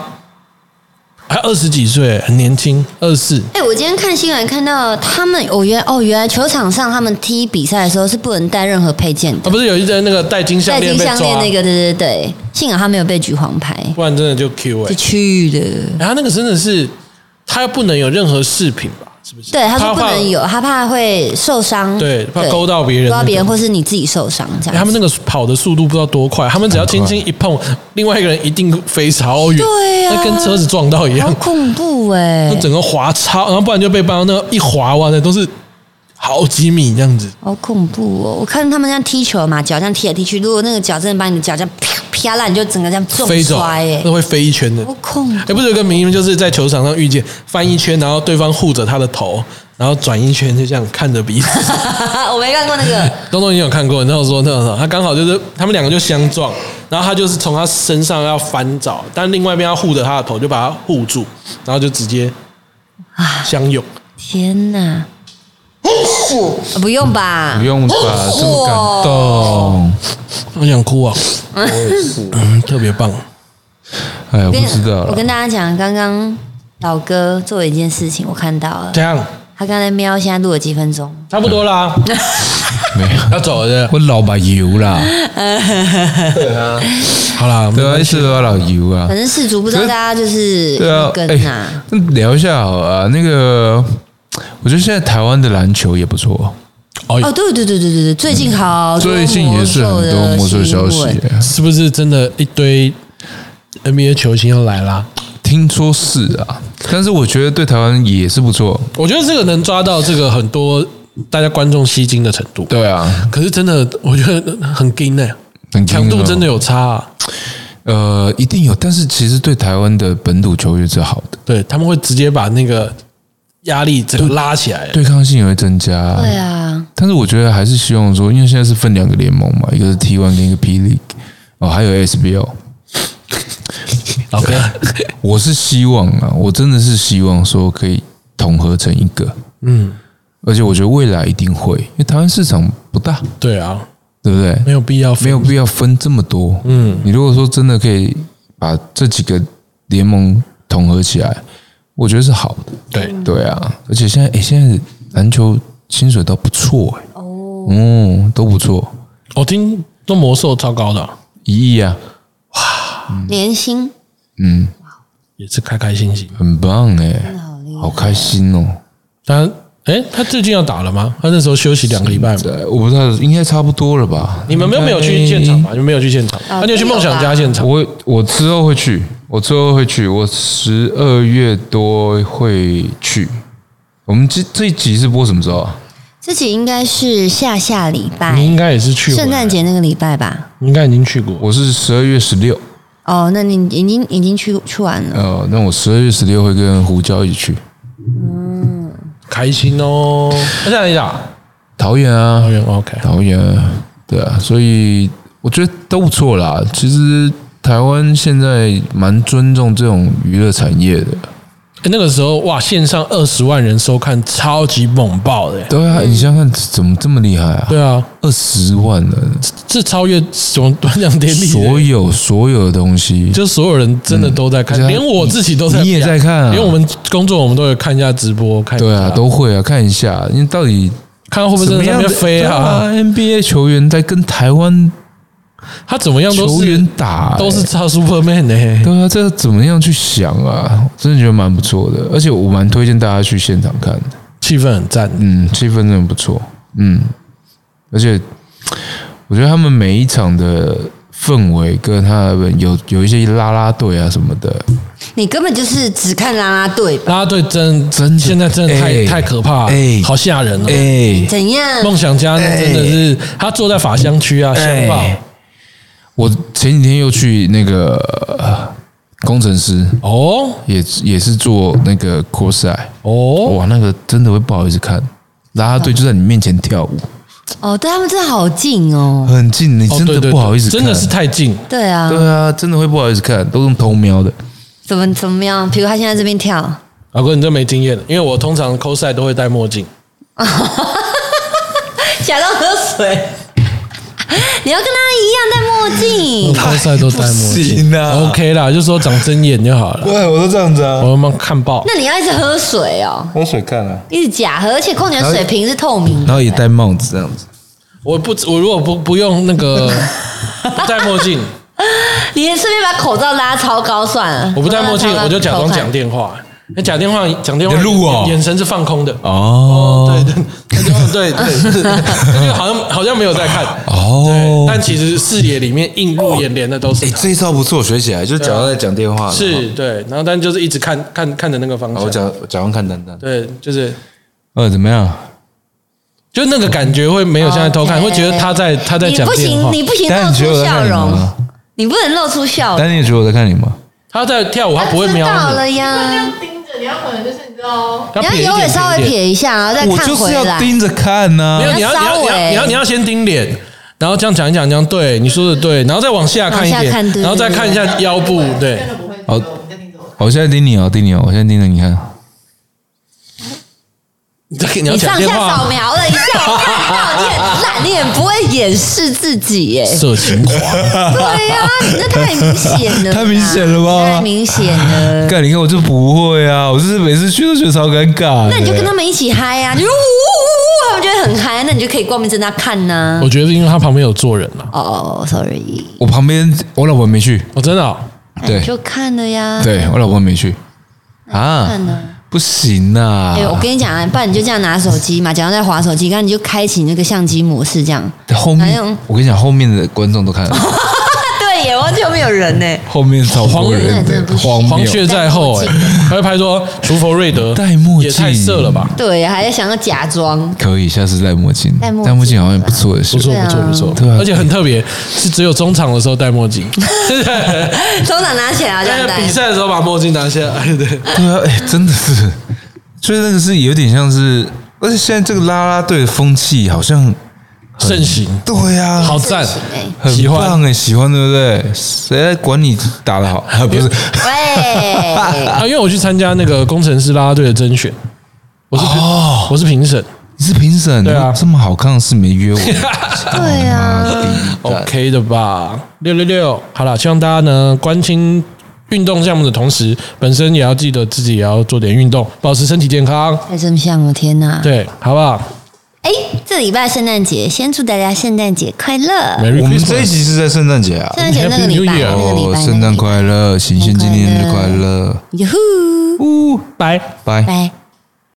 [SPEAKER 1] 还二十几岁，很年轻，二四。
[SPEAKER 2] 哎、我今天看新闻看到他们，哦原哦原来球场上他们踢比赛的时候是不能带任何配件
[SPEAKER 1] 啊，
[SPEAKER 2] 的，
[SPEAKER 1] 不是有一个那个戴金项
[SPEAKER 2] 戴
[SPEAKER 1] 链
[SPEAKER 2] 金
[SPEAKER 1] 被
[SPEAKER 2] 项链
[SPEAKER 1] 抓，
[SPEAKER 2] 那个，对对对，幸好他没有被举黄牌，
[SPEAKER 1] 不然真的就 Q 哎
[SPEAKER 2] 就。去了。
[SPEAKER 1] 然后那个真的是，他不能有任何饰品吧？是不是？
[SPEAKER 2] 对，他说不
[SPEAKER 1] 怕
[SPEAKER 2] 能。有，他怕会受伤，
[SPEAKER 1] 对怕勾到别人哎
[SPEAKER 2] 勾到别人或是你自己受伤这样子。
[SPEAKER 1] 他们那个跑的速度不知道多快，他们只要轻轻一碰，另外一个人一定飞超远，
[SPEAKER 2] 对啊
[SPEAKER 1] 那跟车子撞到一
[SPEAKER 2] 好
[SPEAKER 1] 样，
[SPEAKER 2] 恐怖哎、
[SPEAKER 1] 那整个滑超，然后不然就被搬到那一滑完的都是好几米这样子。
[SPEAKER 2] 好恐怖哦！我看他们这样踢球嘛，脚这样踢来踢去，如果那个脚真的把你的脚这样啪啪烂，你就整个这样重
[SPEAKER 1] 飞走
[SPEAKER 2] 摔哎、，
[SPEAKER 1] 那会飞一圈的
[SPEAKER 2] 好。恐怖！
[SPEAKER 1] 哎、不是有个名言，就是在球场上遇见翻一圈，然后对方护着他的头，然后转一圈，就这样看着彼此。
[SPEAKER 2] *laughs* 我没看过那个，
[SPEAKER 1] 东东已经有看过，然后说那个他刚好就是他们两个就相撞，然后他就是从他身上要翻找，但另外一边要护着他的头，就把他护住，然后就直接相拥。
[SPEAKER 2] 天哪！不用吧？
[SPEAKER 3] 不用吧，这么感动？
[SPEAKER 1] 我想哭啊！嗯，特别棒。
[SPEAKER 3] 哎，我
[SPEAKER 2] 我跟
[SPEAKER 3] 不知道
[SPEAKER 2] 我
[SPEAKER 3] 了。
[SPEAKER 2] 跟大家讲，刚刚老哥做了一件事情，我看到了
[SPEAKER 1] 这。样
[SPEAKER 2] 他刚才喵，现在录了几分钟？
[SPEAKER 1] 差不多啦，
[SPEAKER 3] 没有，
[SPEAKER 1] 要走了。
[SPEAKER 3] 我老把油啦，
[SPEAKER 1] 好啦，
[SPEAKER 3] 对啊，一直都要老油啊
[SPEAKER 2] 反。正氏族不知道
[SPEAKER 3] 可
[SPEAKER 2] 大家
[SPEAKER 3] 是
[SPEAKER 2] 就是
[SPEAKER 3] 对啊，
[SPEAKER 2] 跟啊，
[SPEAKER 3] 那聊一下好啊。那个，我觉得现在台湾的篮球也不错，
[SPEAKER 2] 哦，
[SPEAKER 1] 哦，
[SPEAKER 2] 对对对对对对，最近好多
[SPEAKER 3] 哎嗯最近也是很多魔术
[SPEAKER 2] 魔兽
[SPEAKER 3] 消息
[SPEAKER 2] 的新闻。
[SPEAKER 3] 耶，
[SPEAKER 1] 是不是真的一堆 NBA 球星要来啦？
[SPEAKER 3] 听说是啊，但是我觉得对台湾也是不错。
[SPEAKER 1] 我觉得这个能抓到这个很多大家观众吸睛的程度。
[SPEAKER 3] 对啊，
[SPEAKER 1] 可是真的，我觉得很硬呢、
[SPEAKER 3] 很
[SPEAKER 1] 强度
[SPEAKER 3] 硬哦
[SPEAKER 1] 真的有差、啊。
[SPEAKER 3] 呃，一定有，但是其实对台湾的本土球员是好的，
[SPEAKER 1] 对他们会直接把那个压力整个拉起来。
[SPEAKER 3] 对抗性也会增加。
[SPEAKER 2] 对啊，
[SPEAKER 3] 但是我觉得还是希望说，因为现在是分两个联盟嘛，一个是 T One 跟一个 P League，哦，还有 SBL。
[SPEAKER 1] 老哥，
[SPEAKER 3] 我是希望啊，我真的是希望说可以统合成一个，
[SPEAKER 1] 嗯，
[SPEAKER 3] 而且我觉得未来一定会，因为台湾市场不大，
[SPEAKER 1] *laughs* 对啊，
[SPEAKER 3] 对不对？
[SPEAKER 1] 没有必要，
[SPEAKER 3] 没有必要分这么多。嗯，你如果说真的可以把这几个联盟统合起来，我觉得是好的。
[SPEAKER 1] 对，
[SPEAKER 3] 对啊，而且现在诶，现在篮球薪水都不错诶，哦，嗯，都不错，
[SPEAKER 1] 我哦听说魔兽超高的啊、
[SPEAKER 3] 一亿啊，
[SPEAKER 2] 年薪
[SPEAKER 3] 嗯，
[SPEAKER 1] 也是开开心心。
[SPEAKER 3] 很棒诶，
[SPEAKER 2] 好厉害
[SPEAKER 3] 好开心哦。
[SPEAKER 1] 他哎，他最近要打了吗？他那时候休息两个礼拜嘛。
[SPEAKER 3] 对，我不知道，应该差不多了吧？
[SPEAKER 1] 你们没有没有去现场吧？你们没有去现场，
[SPEAKER 2] 哦
[SPEAKER 1] 那你有去梦想家现场？
[SPEAKER 3] 我我之后会去，我之后会去，我十二月多会去。我们这这一集是播什么时候啊？
[SPEAKER 2] 自己应该是下下礼
[SPEAKER 1] 你
[SPEAKER 2] 拜
[SPEAKER 1] 应该也是去过的
[SPEAKER 2] 圣诞，节那个礼拜吧？
[SPEAKER 1] 你应该已经去过。
[SPEAKER 3] 我是十二月十六，
[SPEAKER 2] 哦，那你已经已经去去完了，
[SPEAKER 3] 呃，那我十二月十六会跟胡椒一起去
[SPEAKER 1] 开心哦！那在哪里打？
[SPEAKER 3] 桃园啊
[SPEAKER 1] 桃，园 OK。
[SPEAKER 3] 桃园啊，对啊，所以我觉得都不错啦。其实台湾现在蛮尊重这种娱乐产业的，
[SPEAKER 1] 诶那个时候哇，线上二十万人收看，超级猛爆的欸耶。
[SPEAKER 3] 对啊，你想想看怎么这么厉害啊？
[SPEAKER 1] 嗯对啊，
[SPEAKER 3] 二十万呢，
[SPEAKER 1] 这超越什 *laughs* 么端奖典礼的耶？
[SPEAKER 3] 所有所有的东西，
[SPEAKER 1] 就所有人真的都在看，
[SPEAKER 3] 嗯
[SPEAKER 1] 连我自己都在看，
[SPEAKER 3] 你也在看啊
[SPEAKER 1] 连我们工作我们都有看一下直播，看一下
[SPEAKER 3] 对啊，都会啊，看一下，因为到底
[SPEAKER 1] 看到会不会
[SPEAKER 3] 怎
[SPEAKER 1] 真
[SPEAKER 3] 么
[SPEAKER 1] 的在那
[SPEAKER 3] 样的
[SPEAKER 1] 边飞啊？
[SPEAKER 3] 对？NBA 球员在跟台湾
[SPEAKER 1] 他怎么样都
[SPEAKER 3] 球
[SPEAKER 1] 是
[SPEAKER 3] 员打、
[SPEAKER 1] 都是
[SPEAKER 3] 欸
[SPEAKER 1] 超 Superman 的、欸，
[SPEAKER 3] 对啊，这怎么样去想啊？真的觉得蛮不错的，而且我蛮推荐大家去现场看的，
[SPEAKER 1] 气氛很赞。
[SPEAKER 3] 嗯，气氛真的不错，嗯，而且我觉得他们每一场的氛围跟他们有有一些啦啦队啊什么的，
[SPEAKER 2] 你根本就是只看啦啦队吧？
[SPEAKER 1] 啦啦队真
[SPEAKER 3] 真的
[SPEAKER 1] 现在真的太、
[SPEAKER 3] 哎
[SPEAKER 1] 太可怕了，
[SPEAKER 3] 哎
[SPEAKER 1] 好吓人哦！
[SPEAKER 3] 哎、
[SPEAKER 2] 怎样？
[SPEAKER 1] 梦想家那真的是、他坐在法香区啊，香堡、
[SPEAKER 3] 哎我前几天又去那个呃工程师，
[SPEAKER 1] 哦
[SPEAKER 3] 也也是做那个 cos 赛，
[SPEAKER 1] 哦，
[SPEAKER 3] 哇，那个真的会不好意思看，啦啦队就在你面前跳舞，
[SPEAKER 2] 哦，对他们真的好近哦。
[SPEAKER 3] 很近，你
[SPEAKER 1] 哦
[SPEAKER 3] 真
[SPEAKER 1] 对
[SPEAKER 3] 的
[SPEAKER 1] 对
[SPEAKER 3] 不好意思
[SPEAKER 1] 对
[SPEAKER 3] 看，
[SPEAKER 1] 真的是太近，
[SPEAKER 2] 对啊，
[SPEAKER 3] 对啊，真的会不好意思看，都用偷瞄的，
[SPEAKER 2] 怎么怎么样？比如他现在这边跳，
[SPEAKER 1] 老哥你真没经验，因为我通常 cos 赛都会戴墨镜，
[SPEAKER 2] 假装喝水。 *laughs* 你要跟他一样戴
[SPEAKER 1] *laughs*
[SPEAKER 2] 墨镜，
[SPEAKER 1] cos 赛都戴墨
[SPEAKER 4] 不
[SPEAKER 1] 镜、
[SPEAKER 4] 行啊
[SPEAKER 1] OK 啦，就说长针眼就好了。
[SPEAKER 4] 对，我都这样子啊，
[SPEAKER 1] 我他妈看爆，
[SPEAKER 2] 那你要一直喝水哦，
[SPEAKER 4] 喝水看啊，
[SPEAKER 2] 一直假喝，而且矿泉水瓶是透明
[SPEAKER 4] 然
[SPEAKER 2] 的。
[SPEAKER 4] 后也戴帽子这样子，
[SPEAKER 1] 我不我如果不不用那个
[SPEAKER 2] *laughs*
[SPEAKER 1] 不戴墨镜，
[SPEAKER 2] 你顺便把口罩拉超高算了。
[SPEAKER 1] 我不戴墨镜，我就假装讲
[SPEAKER 2] 电。
[SPEAKER 1] 电话。那讲电话，讲电话，
[SPEAKER 4] 你的路哦
[SPEAKER 1] 眼神是放空的。
[SPEAKER 4] 哦，
[SPEAKER 1] 对对 *laughs* 对对对，因为好像好像没有在看
[SPEAKER 4] 哦
[SPEAKER 1] 对但其实视野里面映入眼帘的都是
[SPEAKER 4] 哎，
[SPEAKER 1] 他
[SPEAKER 4] 这一招不错，学起来，就是假
[SPEAKER 3] 啊
[SPEAKER 4] 装在讲电话，
[SPEAKER 1] 是，对，然后但就是一直看看看着那个方
[SPEAKER 4] 然后我
[SPEAKER 1] 向，
[SPEAKER 4] 假假装看丹丹，
[SPEAKER 1] 对，就是
[SPEAKER 3] 呃，怎么样？
[SPEAKER 1] 就那个感觉会没有现在偷看，
[SPEAKER 2] OK
[SPEAKER 1] 会觉得他在他在
[SPEAKER 2] 你
[SPEAKER 1] 讲
[SPEAKER 2] 不
[SPEAKER 1] 电
[SPEAKER 2] 行，
[SPEAKER 1] 话，
[SPEAKER 2] 你不行
[SPEAKER 3] 但
[SPEAKER 2] 露
[SPEAKER 3] 你觉得
[SPEAKER 2] 出
[SPEAKER 3] 我在
[SPEAKER 2] 笑
[SPEAKER 3] 看你
[SPEAKER 2] 容
[SPEAKER 3] 吗，
[SPEAKER 2] 你不能露出笑容。
[SPEAKER 3] 丹妮觉得我在看你吗？
[SPEAKER 1] 他在跳舞，他不会瞄
[SPEAKER 2] 知道
[SPEAKER 1] 你，
[SPEAKER 2] 了呀，
[SPEAKER 5] 盯着，你要可能就是你知道，
[SPEAKER 1] 他
[SPEAKER 2] 你要
[SPEAKER 1] 撇一
[SPEAKER 2] 有
[SPEAKER 1] 点
[SPEAKER 2] 点稍微
[SPEAKER 1] 一点
[SPEAKER 2] 撇一下，然后再
[SPEAKER 3] 我
[SPEAKER 2] 看
[SPEAKER 3] 就是
[SPEAKER 2] 回
[SPEAKER 3] 要
[SPEAKER 2] 来。
[SPEAKER 3] 盯着看啊呢、
[SPEAKER 1] 没有，你要你
[SPEAKER 2] 稍
[SPEAKER 1] 要你要
[SPEAKER 2] 微
[SPEAKER 1] 你要你要先盯脸，然后这样讲一讲，这样对你说的对，然后再往下看一
[SPEAKER 2] 往下看
[SPEAKER 1] 点，
[SPEAKER 2] 对
[SPEAKER 1] 然后再
[SPEAKER 2] 对对
[SPEAKER 1] 看一下腰部，对，
[SPEAKER 5] 不会
[SPEAKER 3] 好
[SPEAKER 5] 我们在盯着我。
[SPEAKER 3] 我现在盯你哦，盯你哦，我现在盯着你看。
[SPEAKER 1] 你在你要
[SPEAKER 2] 你
[SPEAKER 1] 讲
[SPEAKER 2] 上
[SPEAKER 1] 电
[SPEAKER 2] 下扫
[SPEAKER 1] 话，
[SPEAKER 2] 描了一下，我看到你很烂，你也不会掩饰自己耶。
[SPEAKER 1] 色情狂，
[SPEAKER 2] 对呀、你这太明显了啦，
[SPEAKER 3] 太明显了吧
[SPEAKER 2] 太明显了。
[SPEAKER 3] 干，你看我就不会啊，我就是每次去都觉得超尴尬的。
[SPEAKER 2] 那你就跟他们一起嗨啊，你就呜呜呜，他们就会很嗨，那你就可以光明正大看呐、
[SPEAKER 1] 我觉得是因为他旁边有坐人了，
[SPEAKER 2] 哦、s o r r y
[SPEAKER 3] 我旁边我老婆没去，
[SPEAKER 1] 哦，真的哦，
[SPEAKER 3] 对
[SPEAKER 2] 就看了呀，
[SPEAKER 3] 对我老婆没去啊
[SPEAKER 2] 看，了。
[SPEAKER 3] 不行啊
[SPEAKER 2] 哎、，我跟你讲啊，不然你就这样拿手机嘛，假装在划手机，然后你就开启那个相机模式，这样。
[SPEAKER 3] 后
[SPEAKER 2] 哎
[SPEAKER 3] 面
[SPEAKER 2] 呦
[SPEAKER 3] 我跟你讲，后面的观众都看得到，
[SPEAKER 2] 对耶，完全没有人呢。
[SPEAKER 3] 后面超多人
[SPEAKER 2] 真的不
[SPEAKER 3] 的，
[SPEAKER 2] 行
[SPEAKER 3] 荒
[SPEAKER 1] 黄
[SPEAKER 3] 谬。
[SPEAKER 1] 雀在后，哎，他会拍说除佛瑞德
[SPEAKER 3] 戴墨镜
[SPEAKER 1] 也太色了吧，
[SPEAKER 2] 对，还在想要假装。
[SPEAKER 3] 可以，下次戴墨镜，
[SPEAKER 2] 戴墨镜啊
[SPEAKER 3] 墨镜好像也不错的事
[SPEAKER 1] 不。错
[SPEAKER 2] 对啊
[SPEAKER 1] 不错不错，
[SPEAKER 3] 对啊
[SPEAKER 1] 而且很特别，是只有中场的时候戴墨
[SPEAKER 2] *laughs*
[SPEAKER 1] 镜，对
[SPEAKER 2] 手掌拿起来啊，这样
[SPEAKER 1] 在
[SPEAKER 2] 戴
[SPEAKER 1] 哎比赛的时候把墨镜拿下来，对，
[SPEAKER 3] 对啊，哎，真的是，所以那个是有点像是，而且现在这个啦啦队的风气好像，
[SPEAKER 1] 盛行，
[SPEAKER 3] 对啊，
[SPEAKER 1] 好赞
[SPEAKER 2] 盛行哎，
[SPEAKER 3] 很
[SPEAKER 1] 喜欢
[SPEAKER 3] 棒哎，喜欢对不对？谁在管你打得好？啊不是，
[SPEAKER 2] 喂，
[SPEAKER 1] 啊！因为我去参加那个工程师啦啦队的甄选，我是哦，我是评审
[SPEAKER 3] 你是评审，
[SPEAKER 1] 对啊
[SPEAKER 3] 你这么好看的事没约我，
[SPEAKER 2] 对啊，
[SPEAKER 1] ，OK 的吧？六六六，好了，希望大家呢关心运动项目的同时，本身也要记得自己也要做点运动，保持身体健康，
[SPEAKER 2] 太正向了，哦天哪！
[SPEAKER 1] 对，好不好
[SPEAKER 2] 哎，这礼拜圣诞节，先祝大家圣诞节快乐！
[SPEAKER 1] ？Merry
[SPEAKER 3] 我
[SPEAKER 1] *laughs*
[SPEAKER 3] 们这一
[SPEAKER 1] Christmas！
[SPEAKER 3] 集是在圣诞节啊，
[SPEAKER 2] 圣诞节那个
[SPEAKER 1] Happy
[SPEAKER 2] 礼
[SPEAKER 1] New
[SPEAKER 2] 拜，
[SPEAKER 1] Year
[SPEAKER 2] 那个礼
[SPEAKER 3] 哦
[SPEAKER 2] 拜，，
[SPEAKER 3] 圣诞快乐，行宪纪念日快
[SPEAKER 2] 圣诞
[SPEAKER 3] 乐，
[SPEAKER 2] 乐！哟呼，
[SPEAKER 1] 拜。
[SPEAKER 3] 拜。
[SPEAKER 2] 拜。